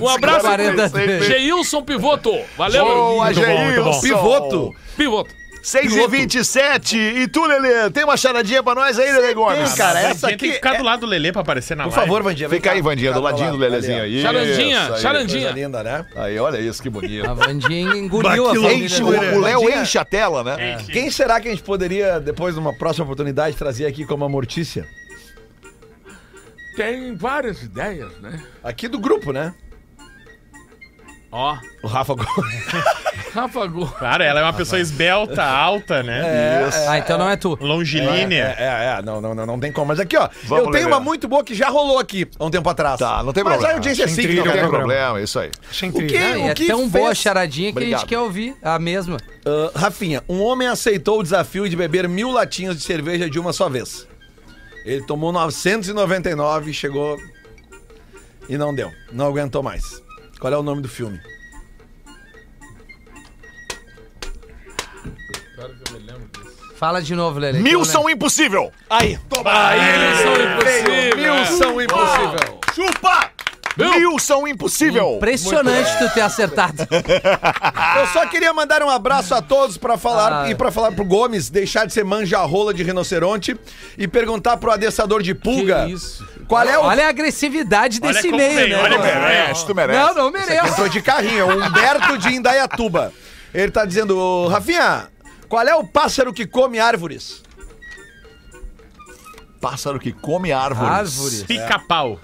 F: um abraço,
G: 240.
F: Geilson Pivoto. Valeu,
E: Boa, Jailson.
B: Pivoto.
F: Pivoto.
E: 6 e 27 E tu, Lelê, tem uma charadinha pra nós aí, Lelê Gomes?
B: cara,
H: Mas
B: essa
H: a gente tem
B: aqui
H: que ficar
B: é-
H: do lado do Lelê pra aparecer na
B: Por
H: live.
B: favor, Vandinha, vem
E: Fica aí,
B: cá.
E: Vandinha, do
B: Fica
E: ladinho do
B: lado,
E: Lelezinho
B: ali,
E: aí.
F: Charandinha,
E: Isso aí.
B: ó.
F: charandinha.
B: Coisa linda, né?
E: Aí, olha isso, que bonito.
G: A Vandinha engoliu a
B: Baquilo-
G: família.
E: Enche, o,
G: dele.
E: o Léo enche a tela, né?
B: Quem será que a gente poderia, depois, numa próxima oportunidade, trazer aqui como a Mortícia?
F: Tem várias ideias, né?
B: Aqui do grupo, né?
F: Ó,
B: O
E: É,
B: Rafa Gomes.
F: Rafa Gol.
H: Claro, ela é uma pessoa esbelta, alta, né?
G: Ah, então não é tu.
H: Longilínea.
B: É, é, é, não, não, não, não tem como. Mas aqui, ó,
E: Vamos
B: eu tenho
E: lembrar.
B: uma muito boa que já rolou aqui há um tempo atrás.
E: Tá, não tem
B: Mas
E: problema.
B: a audiência é assim,
E: Não
B: não
E: tem
B: tem
E: problema, isso aí.
I: Achei
B: O
I: incrível.
B: que,
G: Não, e
B: o
G: é
B: que
G: tão
B: fez-
G: boa a charadinha que a
E: Obrigado.
G: gente quer ouvir. A mesma.
B: Ah, Rafinha, um homem aceitou o desafio de beber mil latinhas de cerveja de uma só vez. Ele tomou 999, chegou e não deu. Não aguentou mais. Qual é o nome do filme?
G: Fala de novo, Lelê. que eu
E: Mil
G: não
E: são impossível!
B: Aí, toma! Aí,
F: Eles são impossíveis.
B: Mil são impossível.
E: Chupa! Mil são impossível!
G: Impressionante tu ter acertado.
B: Eu só queria mandar um abraço a todos pra falar
G: Ah.
B: e pra falar pro Gomes deixar de ser manja rola de rinoceronte e perguntar pro adestrador de pulga.
F: Que isso?
B: Qual é o
G: Olha a agressividade desse
H: como é.
G: e-mail,
H: vem,
G: né?
H: olha
E: Tu
G: mano?
E: merece, tu merece.
G: não, não mereço.
B: Entrou de carrinho, é o Humberto de Indaiatuba. Ele tá dizendo, "Ô, Rafinha, qual é o pássaro que come árvores?
E: Pássaro que come árvores.
G: Árvores.
B: é
H: Pica-pau.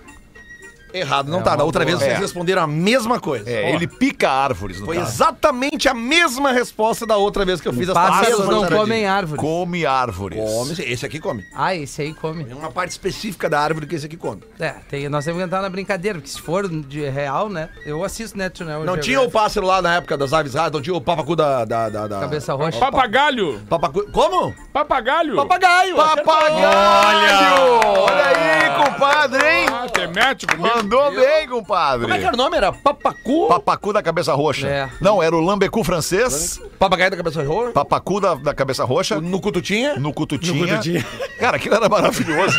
B: Errado, não tá. Da outra vez vocês
E: É.
B: responderam a mesma coisa.
E: É, tá. ele pica árvores, no
B: Foi
E: caso.
B: exatamente a mesma resposta da outra vez que eu fiz essa
G: Pássaros
B: mesma
G: não
B: charadinha.
G: comem árvores.
E: Come árvores.
B: Come, esse aqui come.
G: Ah, esse aí come.
B: Tem uma parte específica da árvore que esse aqui come.
G: É, tem- nós temos que entrar na brincadeira, porque se for de real, né? Eu assisto National
B: Não tinha o pássaro lá na época das aves raras, não tinha o papacu da... da, da, da-
G: Cabeça roxa.
F: Papagalho.
B: Papacu... Como?
F: Papagalho.
B: Papagaio.
E: Papagaio! Olha aí, compadre, hein?
F: Ah, tem médico mesmo.
E: Mandou bem, compadre.
B: Como é que era o nome? Era papacu?
E: Papacu da cabeça roxa.
G: É.
E: Não, era o lambecu francês.
B: Papagaio da cabeça roxa?
E: Papacu da, da cabeça roxa.
B: No cututinha?
E: No cututinha. Cara, aquilo era maravilhoso.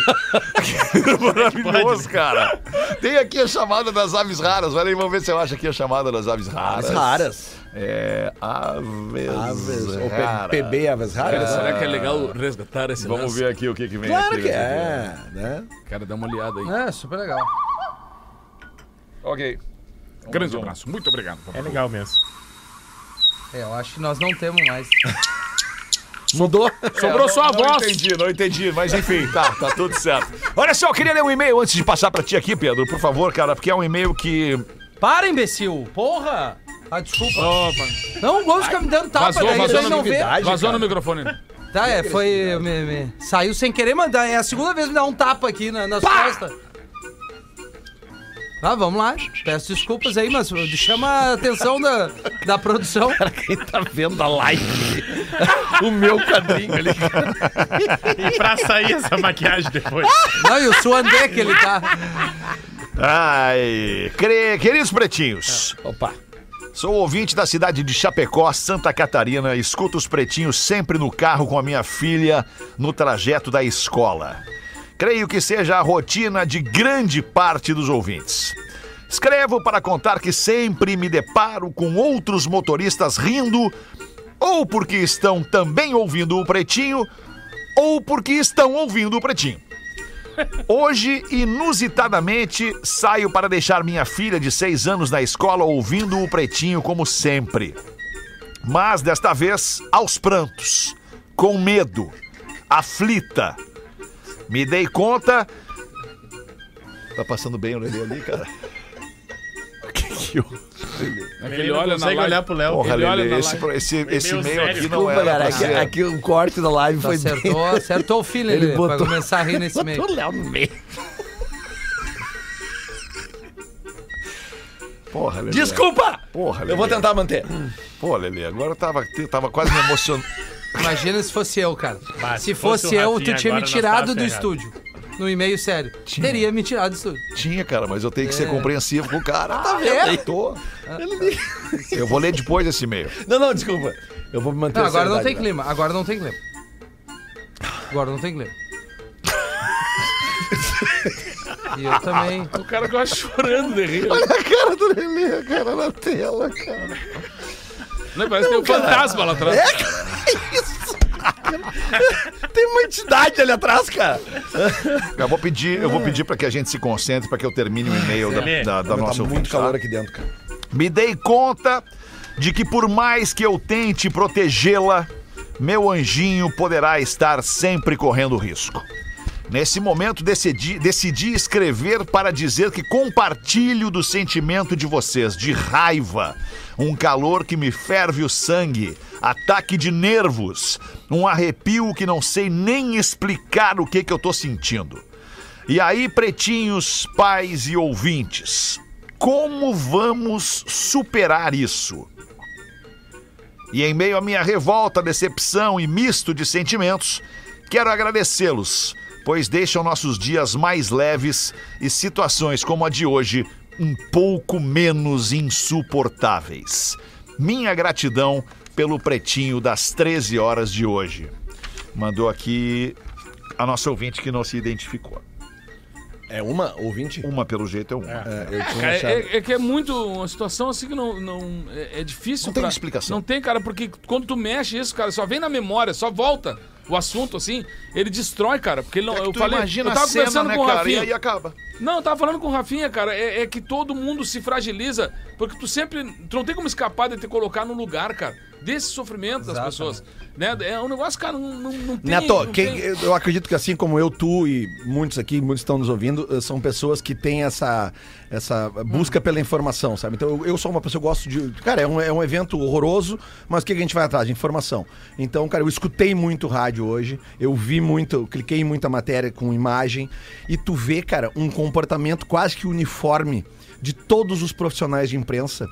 E: aquilo era maravilhoso, cara. Tem aqui a chamada das aves raras. Olha aí, vamos ver se eu acho aqui a chamada das aves raras.
B: Aves raras.
E: É. Aves.
B: Aves. Ou
E: raras.
B: P- PB aves raras.
F: Será que é legal resgatar esse
E: Vamos
F: lance?
E: ver aqui o que, que vem.
B: Claro
E: aqui,
B: que
E: né?
B: é, né?
F: Cara, dá uma olhada aí.
G: É, super legal.
E: Ok.
F: Grande abraço. Muito obrigado.
H: É legal mesmo.
G: É, eu acho que nós não temos mais.
B: Mudou?
F: Sobrou só a
E: É, não
F: voz.
E: entendi, não entendi, mas enfim, tá, tá tudo certo. Olha só, eu queria ler um e-mail antes de passar pra ti aqui, Pedro, por favor, cara, porque é um e-mail que.
G: Para, imbecil! Porra! Ah, desculpa. Não, o Gomes fica me dando tapa,
F: Vazou,
G: daí
F: vazou
G: ele não vê.
B: novidade.
F: Vazou no microfone.
G: Tá, é, foi. me- me- saiu sem querer mandar. É a segunda vez que me dá um tapa aqui na, nas costas. Ah, vamos lá. Peço desculpas aí, mas chama a atenção da, da produção.
J: Tá
H: E pra sair essa maquiagem depois.
G: Não, e o Suandê que ele tá.
E: Ai, cre- queridos pretinhos. Opa. Sou ouvinte da cidade de Chapecó, Santa Catarina. Escuto os pretinhos sempre no carro com a minha filha no trajeto da escola. Creio que seja a rotina de grande parte dos ouvintes. Escrevo para contar que sempre me deparo com outros motoristas rindo, ou porque estão também ouvindo o pretinho, ou porque estão ouvindo o pretinho. Hoje, inusitadamente, saio para deixar minha filha de 6 anos na escola ouvindo o pretinho como sempre. Mas desta vez, aos prantos. com medo, aflita. Me dei conta. Tá passando bem o Lelê ali, cara. O que que eu.
F: Ele olha na
H: consegue
F: live.
H: olhar pro Léo.
E: Porra,
F: Ele olha
E: Lelê,
F: na
E: esse,
F: live.
E: esse, esse
H: meio
E: meio aqui
H: sério.
E: não
J: Desculpa, é
E: era
J: galera,
E: pra
J: aqui,
E: ser.
J: aqui o corte da live
B: Tá
J: foi bem.
G: Acertou, acertou o feeling
J: Ele
G: dele, pra
J: botou-
G: começar a rir nesse meio.
J: Botou o Léo no meio.
E: Porra, Lelê.
B: Desculpa!
E: Porra, Lelê.
B: Eu vou tentar manter.
E: Pô, Lelê, agora eu tava, eu tava quase me emocionando.
G: Imagina se fosse eu, cara.
H: Bah,
G: se
H: se
G: fosse,
H: fosse o
G: eu, tu
H: Rafinha
G: tinha me
H: agora, nós
G: tirado
H: tava
G: do
H: ferrado.
G: estúdio. No e-mail sério. Teria me tirado do estúdio.
E: Tinha, cara, mas eu tenho que ser compreensivo com o cara.
G: Tá vendo?
E: Tô. Eu vou ler depois esse e-mail.
B: Não, não, desculpa. Eu vou manter
G: Não,
B: a
G: agora não
B: seriedade,
G: tem
B: né?
G: clima. Agora não tem clima. Agora não tem clima. E eu também.
E: Tá
G: É um
F: O cara que eu acho chorando de rir.
E: Cara do Lelê, cara, na tela, cara. É,
F: Não, parece que tem um fantasma lá atrás.
B: né? Tem uma entidade ali atrás, cara.
E: Eu vou pedir, eu vou pedir pra que a gente se concentre, pra que eu termine o e-mail da,
H: Lelê.
E: da, da
B: Tá
E: nossa
B: muito
E: ouvinte, tá?
B: calor aqui dentro, cara.
E: Me dei conta de que por mais que eu tente protegê-la, meu anjinho poderá estar sempre correndo risco. Nesse momento decidi, decidi escrever para dizer que compartilho do sentimento de vocês, de raiva, um calor que me ferve o sangue, ataque de nervos, um arrepio que não sei nem explicar o que, que eu tô sentindo. E aí, pretinhos, pais e ouvintes, como vamos superar isso? E em meio à minha revolta, decepção e misto de sentimentos, quero agradecê-los, pois deixam nossos dias mais leves e situações como a de hoje um pouco menos insuportáveis. Minha gratidão pelo pretinho das 13 horas de hoje. Mandou aqui a nossa ouvinte que não se identificou.
B: É uma ouvinte?
E: Uma, pelo jeito, é uma.
B: É, eu tinha
F: Cara,
B: achado.
F: é, é que é muito uma situação assim que não, não é, é difícil.
E: Não tem
F: pra-
E: explicação.
F: Não tem, cara, porque quando tu mexe isso, cara, só vem na memória, só volta o assunto assim, ele destrói, cara, porque ele não,
E: É que
F: eu
E: tu
F: falei,
E: imagina
F: eu tava
E: a cena,
F: conversando
E: né,
F: com o
E: cara?
F: Rafinha.
E: E aí acaba.
F: Não, eu tava falando com o Rafinha, cara, é, é que todo mundo se fragiliza, porque tu sempre. Tu não tem como escapar de te colocar no lugar, cara, desse sofrimento das pessoas. Né? É um negócio, cara, não, não, não
E: Né,
F: tem.
B: Neto,
F: não
B: quem-
F: tem-
B: eu acredito que assim como eu, tu e muitos aqui, muitos estão nos ouvindo, eh, são pessoas que têm essa, essa busca
F: Hum.
B: pela informação, sabe? Então eu, eu sou uma pessoa que gosto de. Cara, é um, é um evento horroroso, mas o que, que a gente vai atrás? De informação. Então, cara, eu escutei muito rádio hoje, eu vi muito, eu cliquei em muita matéria com imagem, e tu vê, cara, um comportamento quase que uniforme de todos os profissionais de imprensa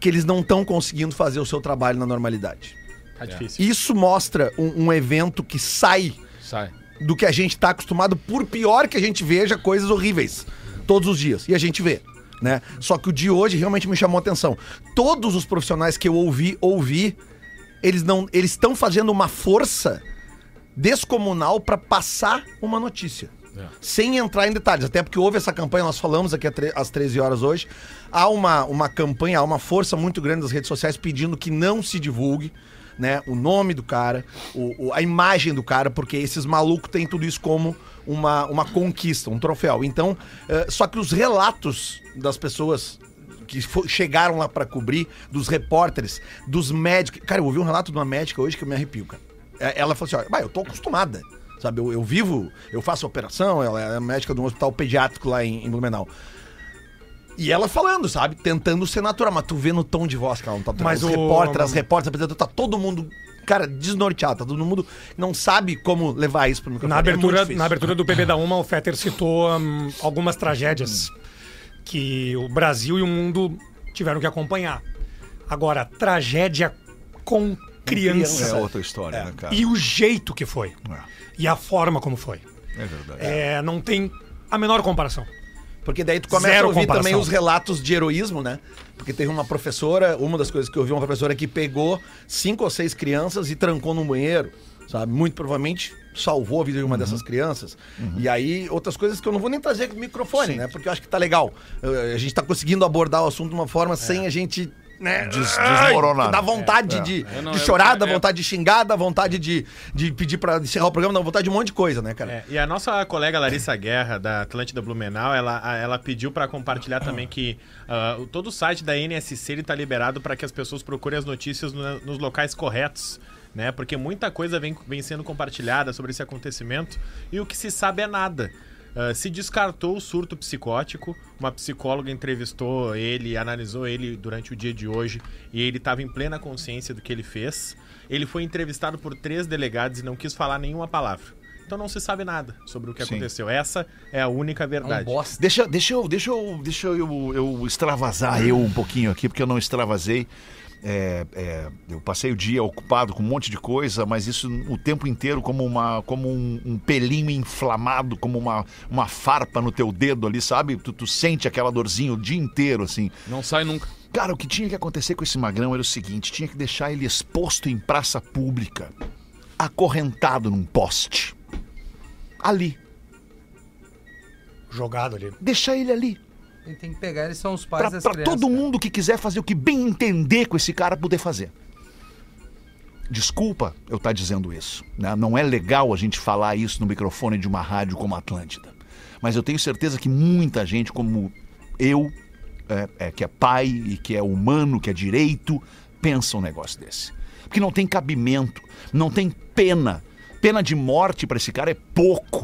B: que eles não estão conseguindo fazer o seu trabalho na normalidade.
H: Tá difícil.
B: Isso mostra um, um evento que sai
F: Sai.
B: do que a gente tá acostumado, por pior que a gente veja coisas horríveis todos os dias. E a gente vê. Né? Só que o de hoje realmente me chamou a atenção. Todos os profissionais que eu ouvi, ouvi, eles não, eles estão fazendo uma força descomunal para passar uma notícia. Sem entrar em detalhes, até porque houve essa campanha, nós falamos aqui a tre- às 13 horas hoje. Há uma, uma campanha, há uma força muito grande das redes sociais pedindo que não se divulgue né, o nome do cara, o, o- a imagem do cara, porque esses malucos têm tudo isso como uma, uma conquista, um troféu. Então, eh, só que os relatos das pessoas que fo- chegaram lá pra cobrir, dos repórteres, dos médicos. Cara, eu ouvi um relato de uma médica hoje que eu me arrepio, cara. É, Ela falou assim: ó, "Bah, eu tô acostumada. Sabe, eu, eu vivo, eu faço operação, ela é médica de um hospital pediátrico lá em, em Blumenau. E ela falando, sabe? Tentando ser natural, mas tu vê no tom de voz que ela não tá
I: Mas
B: Os
I: o-
B: repórteres, as repórteres, apresentando, tá todo mundo, cara, desnorteado, tá todo mundo não sabe como levar isso pro microfone.
I: Na
B: É muito
I: abertura,
B: difícil.
I: na abertura do PB da Uma, o Fetter citou hum, algumas tragédias que o Brasil e o mundo tiveram que acompanhar. Agora, tragédia com
E: É
I: criança.
E: outra história, né, cara?
I: E o jeito que foi. E a forma como foi.
E: É verdade.
I: É, não tem a menor comparação.
B: Porque daí tu começa
I: Zero
B: a ouvir
I: comparação.
B: também os relatos de heroísmo, né? Porque teve uma professora, uma das coisas que eu vi, uma professora que pegou cinco ou seis crianças e trancou num banheiro, sabe? Muito provavelmente salvou a vida de
F: Uhum.
B: uma dessas crianças. E aí, outras coisas que eu não vou nem trazer com o microfone, né? Porque eu acho que tá legal. Eh, A gente tá conseguindo abordar o assunto de uma
F: É.
B: forma sem a gente. Né?
E: Des-
B: Ai,
E: desmoronar.
B: Dá vontade de,
F: não,
B: de
F: eu-
B: chorar, dá
F: é-
B: vontade de xingar, dá vontade de, de pedir pra encerrar o programa, dá vontade de um monte de coisa, né, cara?
H: É, e a nossa colega Larissa Guerra, da Atlântida Blumenau, ela, a- ela pediu pra compartilhar também que ah, o- todo o site da NSC ele tá liberado pra que as pessoas procurem as notícias no- nos locais corretos. né? Porque muita coisa vem, vem sendo compartilhada sobre esse acontecimento e o que se sabe é nada. Ah, se descartou o surto psicótico, uma psicóloga entrevistou ele, analisou ele durante o dia de hoje e ele estava em plena consciência do que ele fez. Ele foi entrevistado por três delegados e não quis falar nenhuma palavra. Então não se sabe nada sobre o que
E: Sim.
H: aconteceu. Essa é a única verdade.
G: bosta.
E: Deixa, deixa eu, deixa eu, deixa eu, eu extravasar eu um pouquinho aqui, porque eu não extravasei. É, é, eu passei o dia ocupado com um monte de coisa, mas isso o tempo inteiro como, uma, como um, um pelinho inflamado, como uma, uma farpa no teu dedo ali, sabe? Tu, tu sente aquela dorzinha o dia inteiro, assim.
F: Não sai nunca.
E: Cara, o que tinha que acontecer com esse magrão era o seguinte: tinha que deixar ele exposto em praça pública, acorrentado num poste. Ali.
I: Jogado ali.
E: Deixar ele ali.
G: Quem tem que pegar eles são os pais
E: Pra,
G: das
E: pra
G: crianças.
E: todo mundo que quiser fazer o que bem entender com esse cara poder fazer. Desculpa eu estar dizendo isso. né? Não é legal a gente falar isso no microfone de uma rádio como a Atlântida. Mas eu tenho certeza que muita gente, como eu, é, é, que é pai e que é humano, que é direito, pensa um negócio desse. Porque não tem cabimento, não tem pena. Pena de morte pra esse cara é pouco.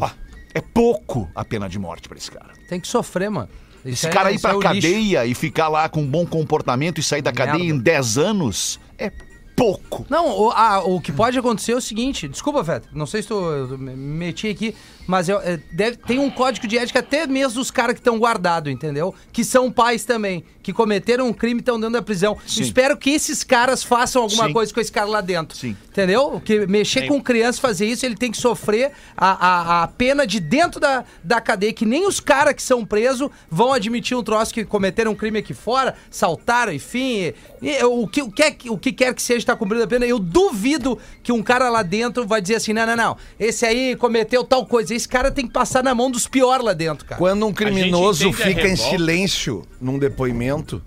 E: É pouco a pena de morte pra esse cara.
G: cara. Tem que sofrer, mano. Isso
E: Esse
G: é-
E: cara ir
G: isso é
E: pra
G: o lixo. É
E: cadeia e ficar lá com um bom comportamento e sair da
G: Merda.
E: cadeia em 10 anos é pouco.
G: Não, o, ah, o que pode acontecer é o seguinte, desculpa, Feta, não sei se tu eu me meti aqui, mas eu, é, deve- tem um código de ética até mesmo dos caras que estão guardados, entendeu? Que são pais também, que cometeram um crime e estão dentro da prisão.
E: Sim.
G: Espero que esses caras façam alguma
E: Sim.
G: coisa com esse cara lá dentro.
E: Sim.
G: Entendeu? Porque mexer com criança fazer isso, ele tem que sofrer a, a, a pena de dentro da, da cadeia, que nem os caras que são presos vão admitir um troço que cometeram um crime aqui fora, saltaram, enfim. e- e o, que, o, que, é que- o que quer que seja está cumprindo a pena. Eu duvido que um cara lá dentro vai dizer assim: não, não, não, esse aí cometeu tal coisa. Esse cara tem que passar na mão dos piores lá dentro, cara.
B: Quando um criminoso
F: entende a
B: fica em
F: revolta.
B: silêncio num depoimento,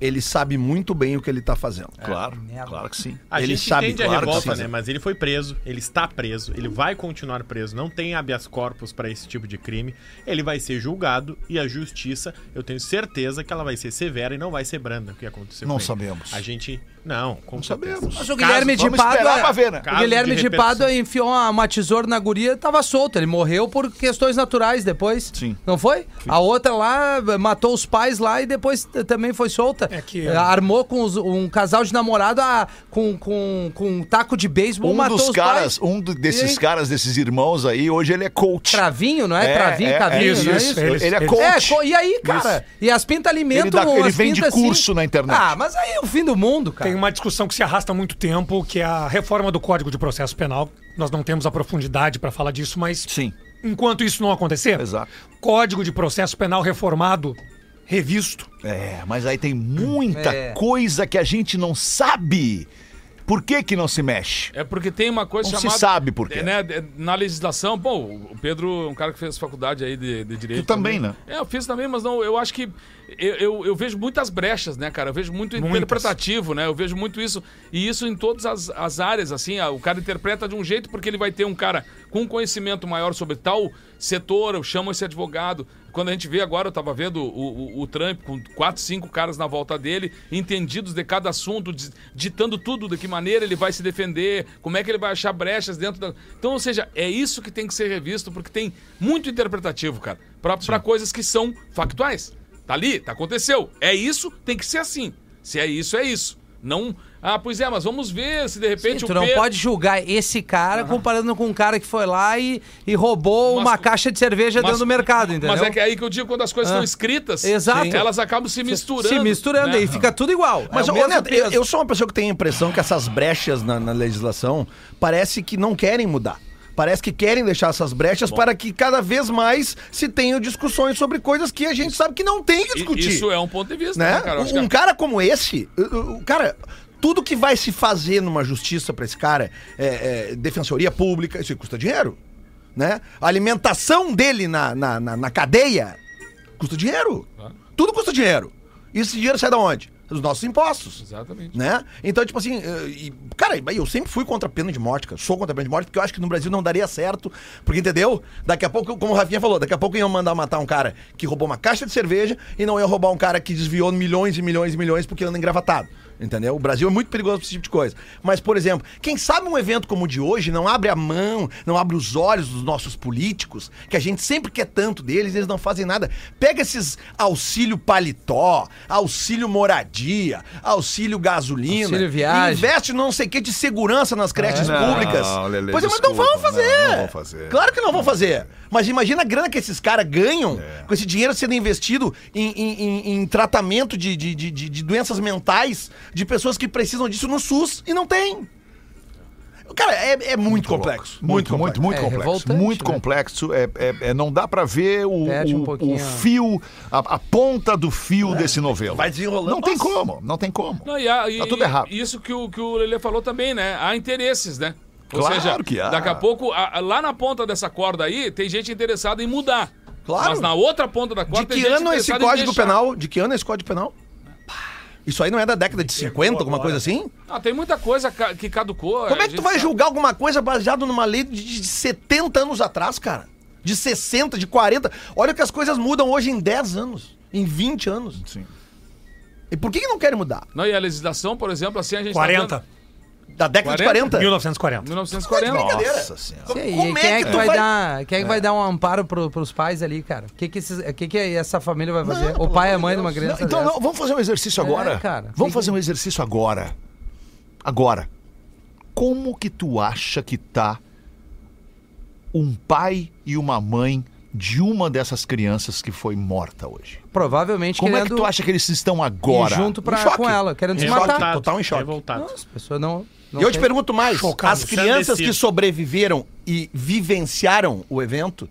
B: ele sabe muito bem o que ele tá fazendo.
E: Claro,
G: É, merda.
E: claro que sim.
H: A
B: Ele
H: gente
B: sabe,
H: entende
B: claro
H: a
B: que
H: revolta,
B: sim.
H: né? Mas ele foi preso, ele está preso, ele vai continuar preso, não tem habeas corpus para esse tipo de crime. Ele vai ser julgado e a justiça, eu tenho certeza que ela vai ser severa e não vai ser branda o que aconteceu.
E: Não
H: com ele.
E: sabemos.
H: A gente não, como sabemos.
G: Mas o Guilherme
E: Caso-
G: de
E: vamos esperar
G: Pádua.
E: pra ver, né?
G: O
H: Caso
G: Guilherme
H: de
G: de,
H: repercussão.
G: Pádua enfiou uma, uma tesoura na guria e tava solto. Ele morreu por questões naturais depois.
E: Sim.
G: Não foi? A outra lá eh, matou os pais lá e depois t- também foi solta.
I: É que-
G: Eh, Armou com os- um casal de namorado a- com, com, com um taco de beisebol,
E: Um
G: matou
E: dos
G: os
E: caras,
G: pais.
E: um do-
G: E
E: desses
G: aí?
E: caras, desses irmãos aí, hoje ele é coach.
G: Travinho, não é? Travinho, cavinho,
I: isso,
G: não é
I: isso,
G: isso?
I: é
E: Ele é
I: Eles-
E: coach.
G: É, co- e aí, cara? E as pintas alimentam
E: Ele dá- ele
G: as
E: vende
G: pintas, assim.
E: curso na internet.
G: Ah, mas aí é o fim do mundo, cara.
I: Tem uma discussão que se arrasta há muito tempo, que é a reforma do Código de Processo Penal. Nós não temos a profundidade para falar disso, mas
E: Sim.
I: enquanto isso não acontecer,
E: Exato.
I: Código de Processo Penal reformado, revisto.
E: É, mas aí tem muita
G: É.
E: coisa que a gente não sabe. Por que que não se mexe?
F: É porque tem uma coisa
E: Não se
F: chamada.
E: sabe por quê.
F: É, né, é, na legislação, bom, o Pedro é um cara que fez faculdade aí de, de direito.
E: Tu também, né?
F: É, eu fiz também, mas não, eu acho que. Eu, eu, eu vejo muitas brechas, né, cara? Eu vejo muito interpretativo, né? Eu vejo muito isso. E isso em todas as, as áreas, assim. ah, O cara interpreta de um jeito porque ele vai ter um cara com conhecimento maior sobre tal setor, eu chamo esse advogado. Quando a gente vê agora, eu tava vendo o, o, o Trump com quatro, cinco caras na volta dele, entendidos de cada assunto, di- ditando tudo, de que maneira ele vai se defender, como é que ele vai achar brechas dentro da. Então, ou seja, é isso que tem que ser revisto, porque tem muito interpretativo, cara, pra, pra coisas que são factuais. Tá ali, tá aconteceu. É isso, tem que ser assim. Se é isso, é isso. Não. Ah, pois é, mas vamos ver se de repente
G: Sim, tu não
F: Pedro- Ah.
G: pode julgar esse cara comparando com um cara que foi lá e, e roubou
F: Mas-
G: uma caixa de cerveja
F: Mas-
G: dentro do mercado, entendeu? Ah.
F: Mas é que é aí que eu digo quando as coisas estão escritas,
G: Exato.
F: elas acabam se misturando.
G: Se misturando,
F: né?
G: aí fica tudo igual.
B: Mas,
G: é
B: ô,
G: o mesmo
B: Neto, eu,
G: peso.
B: eu sou uma pessoa que tem a impressão que essas brechas na, na legislação parece que não querem mudar. Parece que querem deixar essas brechas para que cada vez mais se tenham discussões sobre coisas que a gente sabe que não tem que
F: I-
B: discutir.
F: Isso é um ponto de vista, né,
B: né?
F: cara? Eu acho que
B: um cara como esse, o- o- cara, tudo que vai se fazer numa justiça pra esse cara, é, é, defensoria pública, isso aí custa dinheiro, né? A alimentação dele na, na, na- na cadeia custa dinheiro. Tudo custa dinheiro. E esse dinheiro sai da onde? Dos nossos impostos.
F: Exatamente.
B: Né? Então, tipo assim, eh, e, cara, eu sempre fui contra a pena de morte, cara. Sou contra a pena de morte, porque eu acho que no Brasil não daria certo. Porque, entendeu? Daqui a pouco, como o Rafinha falou, daqui a pouco iam mandar matar um cara que roubou uma caixa de cerveja e não iam roubar um cara que desviou milhões e milhões e milhões porque anda engravatado. Entendeu? O Brasil é muito perigoso pra esse tipo de coisa. Mas, por exemplo, quem sabe um evento como o de hoje não abre a mão, não abre os olhos dos nossos políticos, que a gente sempre quer tanto deles, eles não fazem nada. Pega esses auxílio paletó, auxílio moradia, auxílio gasolina,
G: Auxílio viagem.
B: investe no não sei o que de segurança nas creches
E: não,
B: públicas.
E: Lelê,
B: pois é, mas não
E: desculpa,
B: vão fazer.
E: não, não vão fazer.
B: Claro que não vão fazer. Mas imagina a grana que esses caras ganham com esse dinheiro sendo investido em, em- em- em tratamento de, de- de- de- de doenças mentais de pessoas que precisam disso no SUS e não tem. Cara, é, é muito complexo.
E: Muito, muito,
B: complexo.
E: muito
G: É,
E: complexo.
G: revoltante,
E: Muito
G: né?
E: complexo. É, é- é- não dá pra ver o,
G: Perde um
E: o- o
G: pouquinho.
E: fio, a, a ponta do fio desse novelo.
B: É. Vai desenrolando.
E: Não tem
B: Nossa.
E: como, não tem como.
F: Não, e, a- e-
E: Tá tudo errado.
F: e Isso que o, que o Lelê falou também, né? Há interesses, né? Ou
E: Claro
F: seja,
E: que há.
F: daqui a pouco, a- a- lá na ponta dessa corda aí, tem gente interessada em mudar.
B: Claro.
F: Mas na outra ponta da corda
B: De
F: tem
B: que
F: gente
B: ano é esse
F: interessada em
B: código
F: deixar.
B: penal? De que ano é esse código penal? Isso aí não é da década de 50, alguma coisa assim?
F: Ah, tem muita coisa ca- que caducou.
B: Como
F: a
B: é que tu
F: gente tá-
B: vai
F: sabe.
B: julgar alguma coisa baseado numa lei de, de 70 anos atrás, cara? De 60, de 40. Olha que as coisas mudam hoje em 10 anos, em 20 anos.
E: Sim.
B: E por que, que não querem mudar?
F: Não, e a legislação, por exemplo, assim a gente... tá
I: 40.
F: vendo-
B: Da década
F: 40?
B: de 40?
I: 1940.
F: 1940.
E: Nossa senhora.
G: E aí,
B: Como é
G: quem é
B: que
G: que,
B: tu
G: vai,
B: vai-
G: dar? Quem é que vai dar um amparo pro, pros pais ali, cara? O que que, esses- o que que essa família vai fazer? o pai e a mãe de uma
E: Não,
G: criança.
E: então,
G: dessa?
E: não, vamos fazer um exercício agora.
G: cara, tem
E: vamos
G: que-
E: fazer um exercício agora. Agora. Como que tu acha que tá um pai e uma mãe de uma dessas crianças que foi morta hoje?
G: Provavelmente
E: Como é
G: querendo
E: que tu acha que eles estão
G: ir
E: agora?
G: junto pra,
B: Um choque.
G: com ela, querendo se
H: Revoltado,
E: tá
G: matar.
B: total em choque.
H: Revoltado.
G: Não, as pessoas não. não
B: E eu te
G: têm-
B: pergunto mais:
I: Chocado,
B: as crianças
H: ensandecido.
B: que sobreviveram e vivenciaram o evento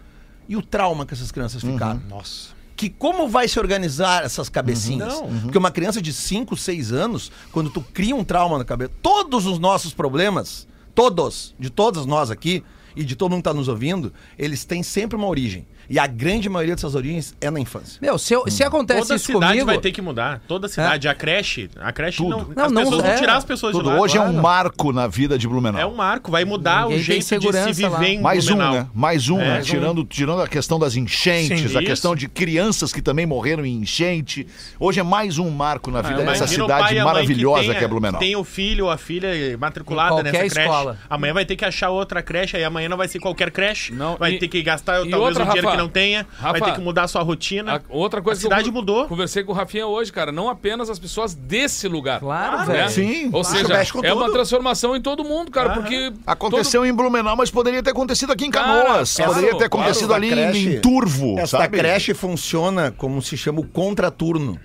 B: e o trauma que essas crianças ficaram?
I: Nossa.
B: que como vai se organizar essas cabecinhas?
H: Não.
B: Porque uma criança de 5, 6 anos, quando tu cria um trauma na cabeça, todos os nossos problemas, todos, de todos nós aqui e de todo mundo que tá nos ouvindo, eles têm sempre uma origem. E a grande maioria dessas origens é na infância.
G: Meu, se, eu- se acontece
H: Toda
G: isso
H: cidade
G: comigo.
H: vai ter que mudar.
E: É.
H: Toda cidade. A creche. A creche não.
G: Não,
H: as
G: não-
H: pessoas
G: é.
H: vão tirar as pessoas
E: Tudo.
H: de lá.
E: Hoje é um
G: claro.
E: marco na vida de Blumenau.
H: É um marco. Vai mudar
G: Ninguém
H: o
G: tem
H: jeito de se
G: segurança
H: viver
G: lá.
H: em
E: Mais um,
H: Blumenau.
E: né? Mais um, né?
H: um.
E: Tirando, tirando a questão das enchentes,
H: Sim,
E: a
H: isso.
E: questão de crianças que também morreram em enchente. Hoje é mais um marco na vida
H: Imagina
E: dessa
H: o pai e
E: cidade
H: a mãe
E: maravilhosa
H: tenha-
E: que é Blumenau.
H: Tem o filho ou a filha matriculada
G: Em
H: nessa
G: qualquer
H: creche.
G: escola.
H: Amanhã vai ter que achar outra creche, aí amanhã não vai ser qualquer creche.
F: Não,
H: vai
F: e-
H: ter que gastar
F: e
H: talvez
F: outra,
H: um dinheiro que
F: Rafa,
H: não tenha.
F: Rafa,
H: vai ter que mudar a sua rotina.
F: A- outra coisa
H: A cidade
F: que eu
H: mudou.
F: Conversei com o Rafinha hoje, cara. Não apenas as pessoas desse lugar.
G: Claro,
F: né?
G: velho.
E: Sim,
F: Ou
E: claro.
F: seja,
E: Mexe com
F: é uma
E: tudo.
F: transformação em todo mundo, cara, porque.
E: Aconteceu em Blumenau, mas poderia ter acontecido aqui em
F: Cara,
E: Canoas.
F: claro,
E: poderia ter
F: claro,
E: acontecido
B: da
E: ali
B: creche-
E: em Turvo.
B: Essa
E: sabe?
B: creche funciona como se chama o contraturno.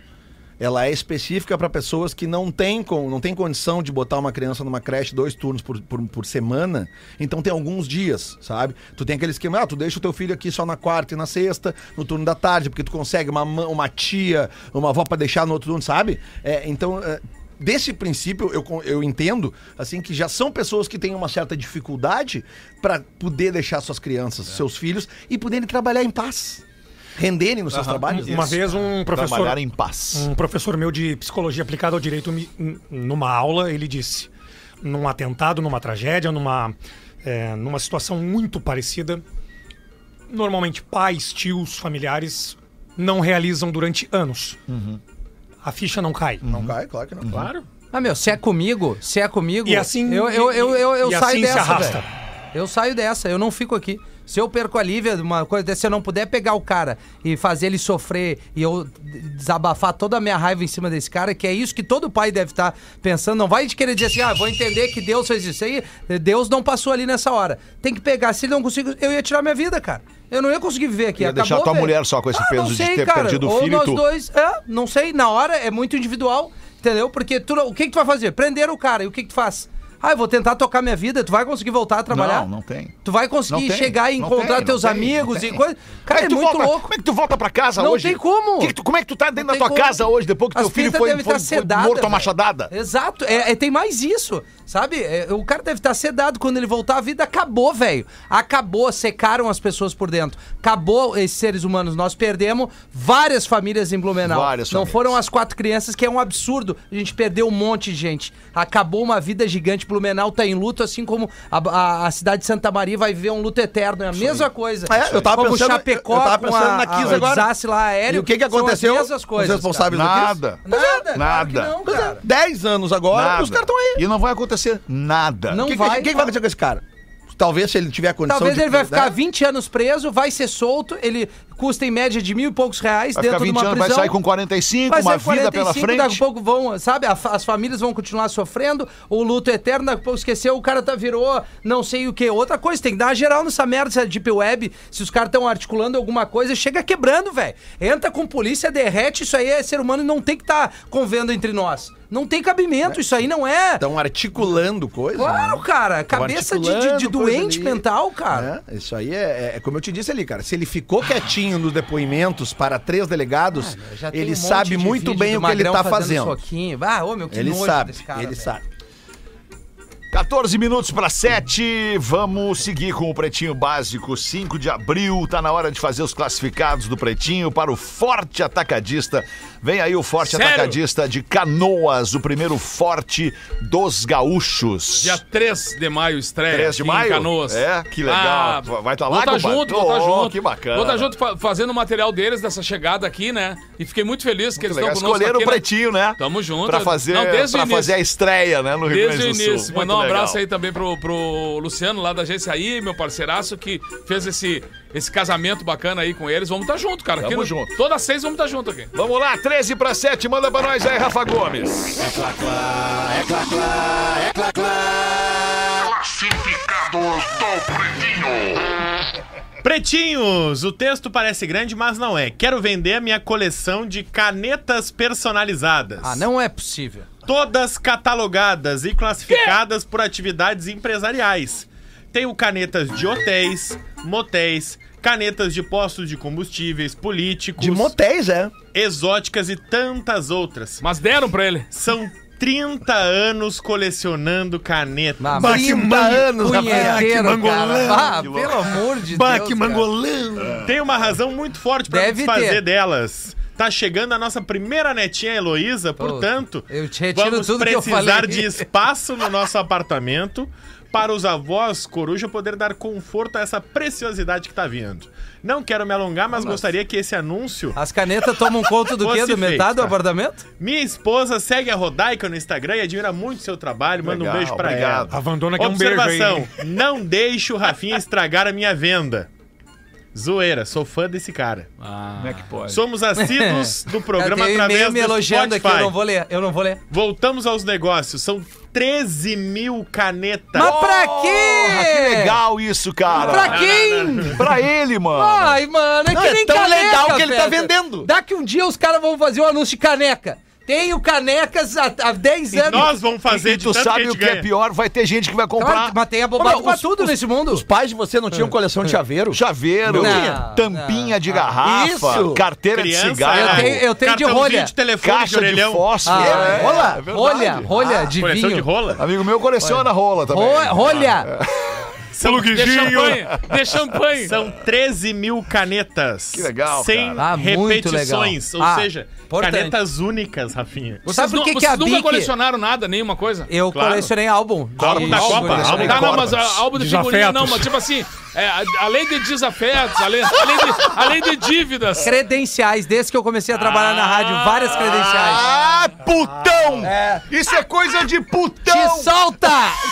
B: Ela é específica para pessoas que não têm, com, não têm condição de botar uma criança numa creche dois turnos por, por, por semana. Então tem alguns dias, sabe? Tu tem aquele esquema, ah, tu deixa o teu filho aqui só na quarta e na sexta, no turno da tarde, porque tu consegue uma, mã- uma tia, uma avó para deixar no outro turno, sabe? É, então, é, desse princípio, eu, con- eu entendo, assim, que já são pessoas que têm uma certa dificuldade para poder deixar suas crianças, seus filhos, e poderem trabalhar em paz. Renderem nos seus trabalhos. né?
I: Uma vez um professor
E: Trabalhar em paz.
I: Um professor meu de psicologia aplicada ao direito, me- n- numa aula, ele disse: num atentado, numa tragédia, numa, é, numa situação muito parecida, normalmente pais, tios, familiares não realizam durante anos. A ficha não cai.
B: Não cai, claro que não.
H: Claro.
G: Ah, meu, se é comigo, se é comigo.
I: E assim-
G: Eu, eu, eu, eu, eu
I: e
G: saio
I: assim se
G: dessa.
I: arrasta.
G: velho. Eu saio dessa, eu não fico aqui. Se eu perco a Lívia, uma coisa dessa, se eu não puder pegar o cara e fazer ele sofrer e eu desabafar toda a minha raiva em cima desse cara, que é isso que todo pai deve estar pensando. Não vai te querer dizer assim, ah, vou entender que Deus fez isso aí, Deus não passou ali nessa hora. Tem que pegar, se ele não conseguir, eu ia tirar minha vida, cara. Eu não ia conseguir viver aqui.
E: Ia
G: Acabou,
E: deixar tua
G: velho. Ah,
E: mulher só com esse peso
G: não
E: de ter perdido o
G: Ou
E: filho e
G: nós
E: tu-
G: dois, é, não sei, na hora é muito individual, entendeu? Porque tu, não- o que que tu vai fazer? Prenderam o cara, e o que que tu faz? Ah, eu vou tentar tocar minha vida, tu vai conseguir voltar a trabalhar?
E: Não, não tem.
G: Tu vai conseguir
E: Não tem,
G: chegar e
E: não
G: encontrar
E: tem,
G: teus
E: não tem,
G: amigos
E: não tem.
G: e coisa. Cara, é,
E: tu
G: muito
E: volta-
G: louco.
E: Como é que tu volta pra casa
G: Não
E: hoje?
G: tem como.
E: Que que tu- como é que tu tá dentro
G: Não
E: da tua
G: tem como.
E: casa hoje, depois que
G: As
E: teu filho
G: pintas
E: foi,
G: devem
E: foi-
G: tá
E: foi
G: sedadas,
E: morto à
G: velho.
E: machadada?
G: Exato, é, é- tem mais isso, sabe? É, o cara deve estar sedado quando ele voltar, a vida acabou, velho. Acabou, secaram as pessoas por dentro. Acabou esses seres humanos, nós perdemos várias famílias em Blumenau.
E: Várias
G: Não
E: famílias.
G: foram as quatro crianças, que é um absurdo. A gente perdeu um monte de gente. Acabou uma vida gigante Blumenau tá em luto, assim como a, a- a cidade de Santa Maria vai viver um luto eterno. É a mesma coisa.
B: É, eu tava
G: como
B: pensando-
G: Chapecó,
B: eu tava
G: com
B: pensando
G: a,
B: na Kiss
G: a- o
B: agora.
G: desastre lá aéreo.
B: E o que que aconteceu?
G: São as mesmas coisas,
B: Os responsáveis
E: Nada.
G: cara. Nada, nada.
E: Nada.
G: não, cara.
B: 10 anos agora,
E: Nada.
B: os caras estão aí.
E: E não vai acontecer nada.
G: Não
B: O que, que,
G: vai.
B: que que vai acontecer com esse cara? Talvez se ele tiver condição
G: Talvez
B: de-
G: ele vai
B: né?
G: ficar 20 anos preso, vai ser solto, ele custa em média de mil e poucos reais
E: Vai
G: dentro
E: ficar
G: de
E: 20
G: uma
E: anos,
G: prisão.
E: vai sair com 45,
G: Vai
E: uma
G: ser
E: vida pela
G: 45, Daqui a
E: frente.
G: pouco vão, sabe? a fa- as famílias vão continuar sofrendo, o luto é eterno, daqui a pouco esqueceu, o cara tá virou não sei o que. Outra coisa, tem que dar uma geral nessa merda, essa Deep Web, se os caras estão articulando alguma coisa, chega quebrando, velho. Entra com polícia, derrete, isso aí é ser humano e não tem que estar tá convendo entre nós. Não tem
B: Né?
G: cabimento, isso aí não é.
B: Estão articulando coisas.
G: Claro,
B: né?
G: cara, cabeça de, de- de
B: articulando coisa
G: doente
B: ali.
G: mental, cara.
B: Né? Isso aí é, é- é como eu te disse ali, cara. Se ele ficou quietinho nos depoimentos para três delegados,
G: Já tem
B: ele
G: um monte
B: sabe
G: de
B: muito
G: vídeo
B: bem
G: do
B: o que ele
G: Magrão
B: tá fazendo.
G: soquinho. Ah, ô, meu, que
B: Ele
G: nojo
B: sabe,
G: desse cara,
B: ele
G: velho.
B: sabe.
E: 14 minutos para 7, vamos seguir com o Pretinho Básico, 5 de abril, tá na hora de fazer os classificados do Pretinho para o Forte Atacadista. Vem aí o Forte
F: Sério?
E: Atacadista de Canoas, o primeiro forte dos gaúchos.
F: Dia 3 de maio estreia.
E: 3 de
F: aqui
E: maio?
F: Em Canoas.
E: É, que legal. Vai tá lá,
F: Vou tá
E: compadre?
F: junto, vou tá
E: Oh,
F: junto.
E: que bacana.
F: Vou tá junto fa- fazendo o material deles dessa chegada aqui, né? E fiquei muito feliz que eles
E: Legal,
F: estão conosco
E: Escolheram
F: aqui,
E: o Pretinho, né?
F: Tamo junto.
E: Pra fazer,
F: Não, desde o
E: pra
F: início.
E: fazer a estreia, né, no Rio
F: Desde o
E: Grande do Sul.
F: início.
E: Muito
F: Mandar um
E: legal.
F: abraço aí também pro, pro Luciano, lá da agência aí, meu parceiraço, que fez esse, esse casamento bacana aí com eles. Vamos tá junto, cara.
E: Tamo junto.
F: Todas as seis vamos tá junto aqui.
E: Vamos lá, 13 para 7, manda pra nós aí, Rafa Gomes.
H: Pretinhos, o texto parece grande, mas não é. Quero vender a minha coleção de canetas personalizadas.
G: Ah, não é possível.
H: Todas catalogadas e classificadas por atividades empresariais. Tenho canetas de hotéis, motéis, canetas de postos de combustíveis, políticos,
B: De motéis, é.
H: exóticas e tantas outras.
F: Mas deram pra ele.
H: São 30 anos colecionando caneta.
G: Ah,
B: Bah, que anos,
G: punheteiro,
B: mangolão.
G: cara. Ah, pelo amor de Deus. cara.
B: mangolão.
H: Tem uma razão muito forte pra
G: Deve
H: Deve desfazer
G: ter.
H: delas. Tá chegando a nossa primeira netinha Heloísa, portanto,
G: eu te retiro
H: vamos
G: tudo que eu
H: precisar
G: falei.
H: de espaço no nosso apartamento para os avós coruja poder dar conforto a essa preciosidade que tá vindo. Não quero me alongar,
G: Ah,
H: mas gostaria que esse anúncio.
G: As canetas tomam conta do quê?
H: Fosse
G: Do metade
H: feito,
G: do
H: tá.
G: apartamento?
H: Minha esposa segue a Rodaica no Instagram e admira muito seu trabalho. Manda
E: Legal,
H: um beijo pra
E: obrigado.
H: ela.
I: A Vandona quer um beijo aí.
H: Observação: não deixe o Rafinha estragar a minha venda. Zoeira, sou fã desse cara.
G: Ah.
E: Como é que pode?
H: Somos assíduos do programa
G: Tem um e-mail
H: através
G: me
H: do
G: elogiando
H: Spotify.
G: aqui, eu não vou ler. Eu não vou ler.
H: Voltamos aos negócios. São 13 mil canetas.
G: Mas pra
E: Porra, que
G: quê?
E: É legal isso, cara.
G: Pra quem?
E: Pra ele, mano.
G: Ai, mano, é que
B: é
G: nem
B: tão
G: caneca,
B: legal que ele tá
G: Fetter.
B: vendendo.
G: Daqui um dia os caras vão fazer um anúncio de caneca. Tenho canecas há, há 10 anos.
H: Nós vamos fazer
E: e tu sabe o que é pior? Vai ter gente que vai
G: Claro,
E: comprar
G: mas tem a bobagem
B: Ô, meu,
G: pra
B: os-
G: tudo
B: os-
G: nesse mundo.
B: Os pais de você não tinham coleção de chaveiro?
E: chaveiro,
G: Não, não,
E: tampinha de garrafa,
B: Isso.
E: carteira
H: Criança,
E: de cigarro,
G: é eu tenho- eu tenho de
H: cartãozinho
G: rolha.
H: de telefone de
E: caixa de,
H: orelhão.
E: fósforo.
B: né?
G: Ah, é.
E: rola.
G: Olha, rolha, rolha de
H: Coleção
G: vinho.
H: de rola?
E: Amigo meu coleciona rola também.
G: Ro- Rolha.
H: Ah,
G: é
F: De champanhe. De champanhe.
H: São 13 mil canetas.
E: Que legal,
H: Sem
G: cara. Ah, muito
H: repetições.
G: legal. Ah,
H: Ou seja,
G: importante.
H: canetas únicas, Rafinha.
G: Sabe por
F: nu-
G: que, que a
F: nunca
G: Bic...
F: colecionaram nada, nenhuma coisa?
G: Eu
H: é. Claro.
G: colecionei álbum. de-
H: Álbum da Copa,
G: colecionei.
H: álbum da
F: Tá, não,
E: Copa.
F: mas a, a álbum de figurinha
I: Desafetos.
F: não, mas tipo assim, é, a- além de desafetos, além, além, de, além de dívidas.
G: credenciais, desde que eu comecei a trabalhar
H: Ah,
G: na rádio, várias credenciais.
E: Ah, putão! Isso é coisa de putão!
H: então.
G: Te solta!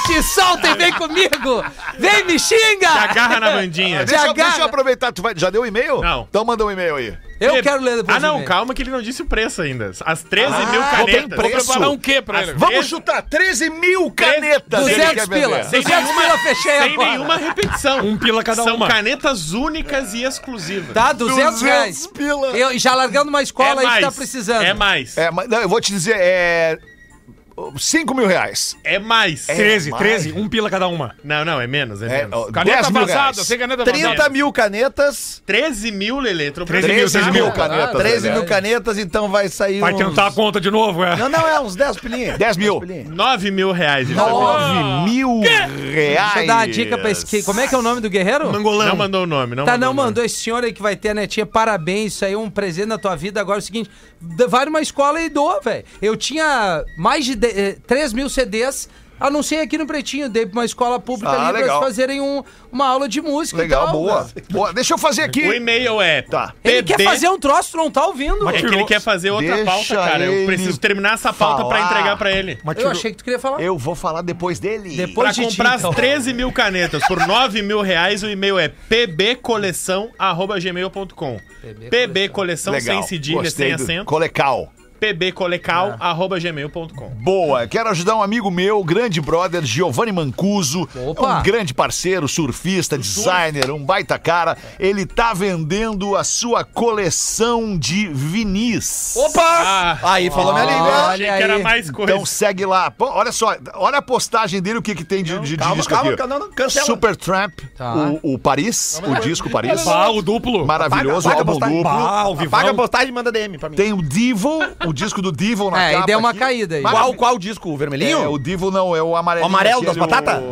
G: Te solta e vem comigo! Vem, me xinga!
H: Agarra na bandinha.
E: Deixa, eu-
G: agarra.
E: deixa eu aproveitar. Tu vai- já deu o e-mail?
H: Não.
E: Então manda um e-mail aí.
G: Eu quero ler depois.
H: Ah, não,
G: do e-mail.
H: calma que ele não disse o preço ainda. As 13 mil
E: tem
H: canetas.
F: Vou
E: preço.
F: preparar um quê pra ele?
E: Vamos chutar 13 mil canetas.
H: Sem
G: 200 pila!
E: pilas.
G: 200 pila, eu fechei
H: Sem
G: agora.
H: nenhuma repetição.
I: Um pila cada
H: São
I: uma.
H: canetas únicas e exclusivas.
G: Tá, 200 reais.
E: pila.
G: Eu, já largando uma escola aí que tá precisando.
H: É mais. É,
E: É, mas não, eu vou te dizer, é. 5 mil reais.
H: É mais.
I: 13,
E: mais.
I: 13, um pila cada uma.
H: Não, não, é menos, é,
E: É,
H: menos.
E: ó,
F: Caneta
E: 10 mil
F: vazada,
E: reais.
F: sem caneta
B: 30
F: vazada.
B: mil canetas.
H: 13 mil, Lelê. entrou pra
I: 13
H: mim.
I: mil,
E: 13 mil
I: mil
E: canetas.
B: 13
E: né?
B: mil canetas, então vai sair
I: Vai um
B: uns...
I: tentar a conta de novo, é?
B: Não, não, é uns 10 pilinhas.
E: 10 mil.
H: 9 mil reais. ele tá pedindo.
E: 9 mil reais.
G: Deixa eu dar uma dica pra esse. que- Como é que é o nome do guerreiro?
H: Não mandou o nome, não
G: Tá, não
H: mandou o nome.
G: mandou esse senhor aí que vai ter a netinha, parabéns, isso aí é um presente na tua vida. Agora é o seguinte, d- vai numa escola e doa, velho. Eu tinha mais de, de 3 eh, mil CDs Anunciei aqui no Pretinho, dei pra uma escola pública
E: Ah,
G: ali pra
E: legal.
G: eles fazerem um- uma aula de música e
E: Legal,
G: tal,
E: boa.
G: né?
E: Boa, deixa eu fazer
H: O
E: aqui.
H: e-mail é.
E: Tá.
G: Ele
H: PD.
G: quer fazer um troço, tu não tá ouvindo.
H: É que ele quer fazer outra
E: Deixa
H: pauta, cara.
E: ele
H: Eu preciso terminar essa pauta pra
E: falar.
H: entregar pra ele.
I: Mas
G: Eu
I: tirou-
G: achei que tu queria falar.
E: Eu vou falar depois dele.
G: Depois
H: Pra
G: de ti,
H: comprar
G: então.
H: as 13 mil canetas por 9 mil reais, o e-mail é pbcoleção.gmail.com. pbcoleção sem
E: Legal.
H: cedilha,
E: Gostei
H: sem
E: do-
H: acento.
E: Colecal.
G: Ah.
H: pbcolecal.gmail.com.
E: Boa, quero ajudar um amigo meu, grande brother, Giovanni Mancuso.
G: Opa.
E: Um grande parceiro, surfista, designer, um baita cara. Ele tá vendendo a sua coleção de vinis.
H: Ah,
B: Aí falou minha língua.
G: Olha
H: achei que era
G: aí.
H: mais coisa.
E: Então segue lá. Pô, olha só, olha a postagem dele, o que, que tem de, de
B: Calma,
E: disco
B: calma,
E: aqui.
B: calma, não, cancela. é
E: Super Tramp,
G: Tá.
E: o, o Paris, o disco Paris.
F: Pá, o duplo.
E: Maravilhoso,
B: Apaga, apaga a
E: álbum
B: postagem.
E: duplo.
I: Pá, o Vival.
B: Paga a postagem e manda DM pra mim.
E: Tem o Devil, o disco do Devil na
G: É, e
E: capa.
G: deu uma
E: aqui.
G: caída aí.
E: Maravilhoso.
B: Qual, qual disco? O vermelhinho?
E: É, o Divo não, é o amarelo.
B: O amarelo das batatas?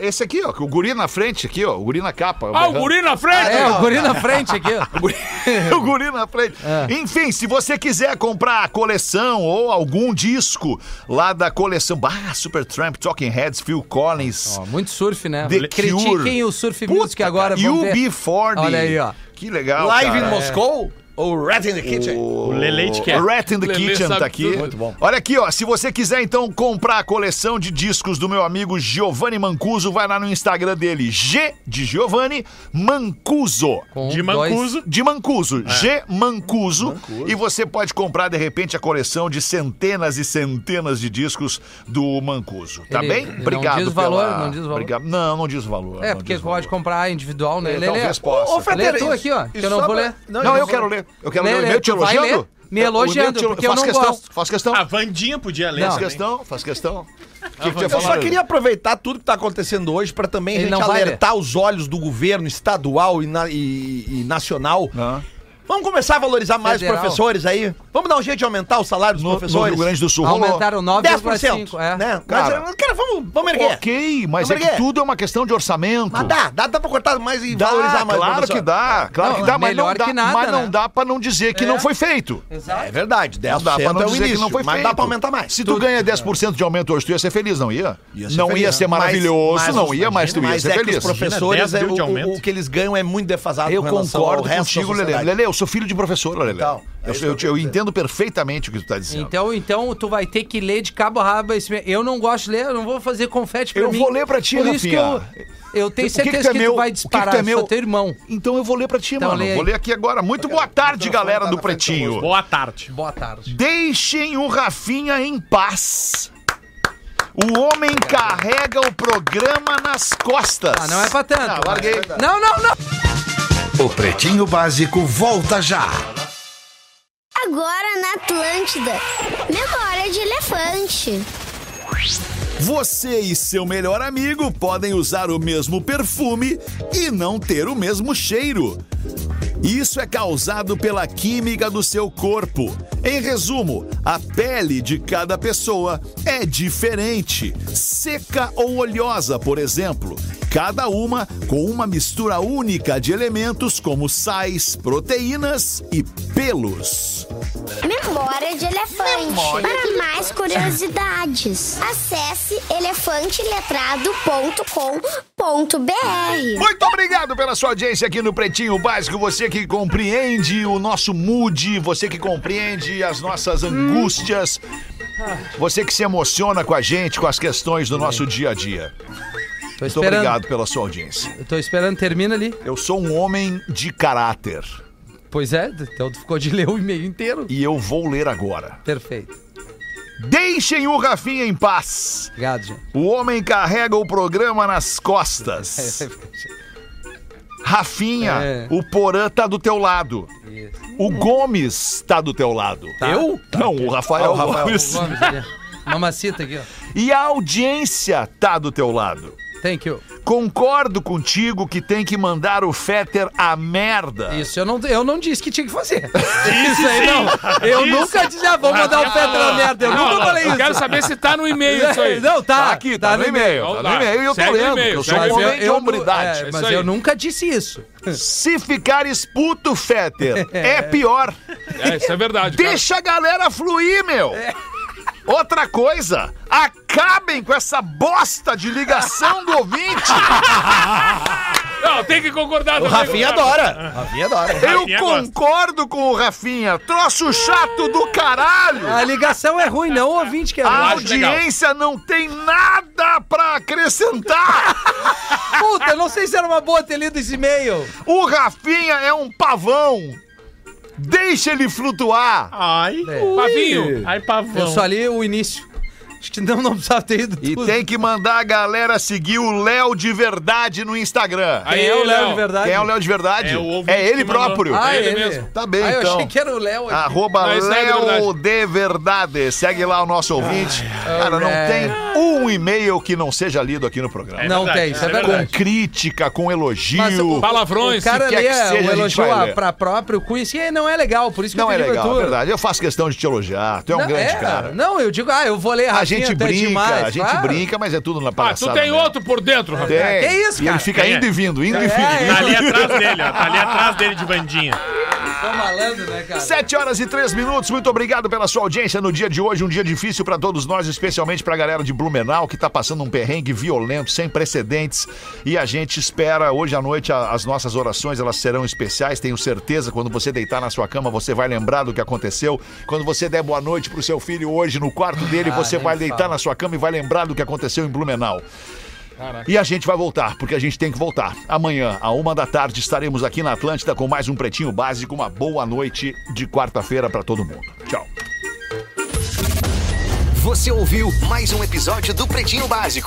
E: Esse aqui, ó, que o guri na frente aqui, ó, o guri na capa.
F: Ah, o
E: berrando.
F: guri na frente!
G: É, o guri na frente aqui, ó.
E: o guri na frente.
G: É.
E: Enfim, se você quiser comprar a coleção ou algum disco lá da coleção, bah, Supertramp, Talking Heads, Phil Collins,
G: Ó, Muito surf, né?
E: The
G: Critiquem
E: Cure.
G: o surf
E: Puta,
G: music agora,
E: cara,
G: vamos ver.
E: UB40.
G: Olha aí, ó.
E: Que legal,
B: Live
E: cara.
B: in
E: É.
B: Moscou? Ou Rat in the Kitchen?
H: O Lele te quer.
E: Rat in the
F: Lelê
E: Kitchen
F: sabe
E: tá aqui.
F: tudo.
B: Muito bom.
E: Olha aqui, ó. Se você quiser, então, comprar a coleção de discos do meu amigo Giovanni Mancuso, vai lá no Instagram dele, G de Giovanni Mancuso.
G: Com
H: De
G: dois-
H: Mancuso.
E: De Mancuso, G Mancuso, E você pode comprar, de repente, a coleção de centenas e centenas de discos do Mancuso. Tá
G: Ele-
E: bem?
G: ele não
E: Obrigado.
G: diz o valor,
E: pela-
G: não diz o valor.
E: Obrigado. Não, não diz o valor.
G: É,
E: não
G: porque
E: diz o
G: pode
E: valor.
G: comprar individual, né?
E: É,
G: Lelê.
E: talvez possa.
G: Ô, Lê tu aqui, ó, que eu não vou ler.
E: Não, eu quero ler. Eu quero
G: Lê,
E: ler.
G: lê,
E: Meu te
G: tu vai
E: elogiando? É,
G: ler, me elogiando,
E: O meu te elo-
G: porque eu
E: faz
G: não
E: questão,
G: gosto.
E: Faz questão.
H: A Vandinha podia ler.
E: Faz
H: também.
E: questão, faz questão. O que que tinha
B: Eu só
E: falado?
B: queria aproveitar tudo que tá acontecendo hoje para também a
G: Ele
B: gente
G: não vai
B: alertar os olhos do governo estadual e, na- e- e nacional.
E: Ah.
B: Vamos começar a valorizar mais os
G: Federal.
B: professores aí. Vamos dar um jeito de aumentar o salário dos
E: No, no
B: professores.
E: Rio Grande do Sul rolou.
G: Aumentaram 9,5.
B: 10%.
G: É.
B: Né?
E: Cara.
B: Mas, cara, vamos, vamos erguer.
E: Ok, mas é
B: Vamos
E: que
B: erguer.
E: tudo é uma questão de orçamento.
B: Mas dá, dá, dá pra cortar mais e
E: Dá,
B: valorizar mais. o
E: claro
B: professor.
E: que dá, claro
G: Não,
E: que dá, mas não
G: melhor
E: dá,
G: que nada,
E: mas não
G: né?
E: dá para não dizer que não foi feito.
B: É verdade, 10%
E: Dá pra não
B: é o
E: dizer que
B: início,
E: não foi
B: mas
E: feito.
B: dá pra aumentar mais.
E: Se tu ganha 10% de aumento hoje, tu ia ser feliz, não ia?
B: Ia ser
E: não
B: feliz,
E: ia ser
B: né?
E: maravilhoso,
B: Mas-
E: não ia, mas tu ia
B: mas
E: ser
B: é Que
E: feliz.
B: os professores,
H: Imagina, 10
B: é,
H: mil de
B: o, o-
H: aumento.
B: o que eles ganham é muito defasado
E: Eu
B: com relação ao
E: concordo
B: resto da
E: contigo, Lelê.
B: sociedade.
E: Lelê, eu sou filho de professor, Lelê.
B: Então, é
E: eu,
B: isso
E: eu-
B: que eu
E: eu
B: quero
E: entendo perfeitamente o que tu tá dizendo.
G: Então, então tu vai ter que ler de cabo a rabo esse. me- Eu não gosto de ler, eu não vou fazer confete pra
E: Eu
G: mim.
E: vou ler pra ti,
G: Por isso que eu,
E: Rafinha.
G: eu tenho
E: O que que
G: certeza que,
E: tu é
G: tu,
E: meu?
G: vai
E: O que que tu
G: disparar,
E: é meu?
G: sou teu irmão.
E: Então eu vou ler pra ti,
G: Então
E: mano.
G: lê aí.
E: Vou ler aqui agora. Muito boa tarde, galera do Pretinho.
H: Boa tarde.
G: Boa tarde.
E: Deixem o Rafinha em paz. O homem carrega o programa nas costas.
G: Ah, não é pra tanto.
E: Ah, larguei.
G: Não, não, não.
D: O Pretinho Básico volta já.
K: Agora na Atlântida. Memória de elefante.
E: Você e seu melhor amigo podem usar o mesmo perfume e não ter o mesmo cheiro. Isso é causado pela química do seu corpo. Em resumo, a pele de cada pessoa é diferente, seca ou oleosa, por exemplo, cada um. uma com uma mistura única de elementos como sais, proteínas e pelos.
K: Memória de elefante. Para mais curiosidades, acesse elefanteletrado.com.br.
E: Muito obrigado pela sua audiência aqui no Pretinho Básico. Você que compreende o nosso mood, você que compreende as nossas
G: Hum.
E: angústias, você que se emociona com a gente, com as questões do nosso dia a dia.
G: Tô
E: Muito
G: esperando.
E: obrigado pela sua audiência.
G: Eu tô esperando, termina ali.
E: Eu sou um homem de caráter
G: Pois é, então tu ficou de ler o e-mail inteiro.
E: e eu vou ler agora.
G: Perfeito.
E: Deixem o Rafinha em paz.
G: Obrigado, gente.
E: O homem carrega o programa nas costas. Rafinha,
G: É.
E: o Porã tá do teu lado.
G: Isso.
E: O Gomes tá do teu lado.
G: Eu?
E: Não, o Rafael,
B: Ah, o Rafael.
E: Gomes.
G: Vamos ali. Mamacita aqui, ó.
E: E a audiência tá do teu lado.
G: Thank you.
E: Concordo contigo que tem que mandar o Fetter a merda.
G: Isso, eu não, eu não disse que tinha que fazer. isso aí não. Eu nunca disse, ah, vou mandar o pé na merda. Eu
F: Não,
G: nunca
F: não,
G: falei isso.
F: Eu quero saber se tá no e-mail isso aí.
G: Não, tá.
E: Tá aqui, tá, no e-mail. Tá no
F: Tá.
E: e-mail e eu tô
F: Segue o
E: lendo.
F: e-mail,
E: Eu sou
F: segue
E: um
F: o
G: Mas, eu,
E: homem de
G: eu,
E: hombridade.
G: é,
F: Isso
G: mas
F: aí.
G: eu nunca disse isso.
E: Se ficares puto, Fetter, é pior.
F: É, isso é verdade. cara. É.
E: Deixa a galera fluir, meu! Outra coisa, acabem com essa bosta de ligação do ouvinte.
F: Não, tem que concordar
B: O
F: também
B: Rafinha é
F: com o Rafa.
B: adora. Rafinha adora.
E: Eu
F: É, Rafinha gosta.
E: concordo com o Rafinha. Troço chato do caralho.
G: A ligação é ruim, não o ouvinte que é
E: A
G: ruim.
F: Ah, acho legal.
E: audiência não tem nada pra acrescentar.
G: Puta, eu não sei se era uma boa ter lido esse e-mail.
E: O Rafinha é um pavão. Deixa ele flutuar.
H: Ai,
G: É.
F: Pavinho,
H: ai,
G: Eu
H: pavão.
G: só li o início. Acho que não, não precisava ter ido
E: E
G: tudo.
E: tem que mandar a galera seguir o Léo de verdade no Instagram.
F: Aí,
G: Quem é o Léo de
F: Léo.
G: verdade?
E: Quem é o Léo de verdade?
F: É o ouvinte
E: É ele
F: que mandou.
E: próprio.
G: Ah,
F: É ele
G: ele
F: mesmo.
G: mesmo.
E: Tá bem,
G: ah, eu
E: então.
G: achei que era o Léo. aqui.
E: Arroba
F: Não, isso não é
E: Léo de Verdade. Segue lá o nosso ouvinte. Cara, não
G: É
E: tem um e-mail que não seja lido aqui no programa.
F: É
G: não
F: verdade,
G: tem, isso
F: é
G: é
F: verdade.
E: Com
G: verdade.
E: crítica, com elogio.
G: Mas o-
F: palavrões.
G: O cara
E: se quer
G: lê
E: que seja, a gente
G: o elogio
E: vai
G: a-
E: ler.
G: pra próprio Cunha, e não é legal, por isso que
E: Não
G: eu
E: é
G: pedi pra
E: legal,
G: tu.
E: é verdade. Eu faço questão de te elogiar. Tu é um
G: Não,
E: grande
G: é,
E: cara.
G: Não, eu digo, ah, eu vou ler
E: A
G: Rafinha,
E: gente
G: tu é
E: brinca,
G: demais,
E: a gente
G: claro.
E: brinca, mas é tudo na
F: Ah,
E: palhaçada.
F: tu tem
E: mesmo.
F: outro por dentro, Rafinha.
E: Tem.
G: Que isso,
E: E ele
G: cara?
E: fica indo e vindo, indo e vindo.
G: É,
H: Tá ali atrás dele, ó. Tá ali atrás dele de bandinha.
G: Tô malandro, né, cara?
E: 7 horas e 3 minutos, muito obrigado pela sua audiência no dia de hoje, um dia difícil para todos nós, especialmente para a galera de Blumenau, que tá passando um perrengue violento, sem precedentes, e a gente espera, hoje à noite a- as nossas orações, elas serão especiais, tenho certeza, quando você deitar na sua cama, você vai lembrar do que aconteceu, quando você der boa noite pro seu filho hoje no quarto dele,
G: Ah,
E: você
G: nem
E: vai
G: me
E: deitar
G: fala.
E: na sua cama e vai lembrar do que aconteceu em Blumenau. E a gente vai voltar, porque a gente tem que voltar. Amanhã, à uma da tarde, estaremos aqui na Atlântida com mais um Pretinho Básico. Uma boa noite de quarta-feira para todo mundo. Tchau.
L: Você ouviu mais um episódio do Pretinho Básico.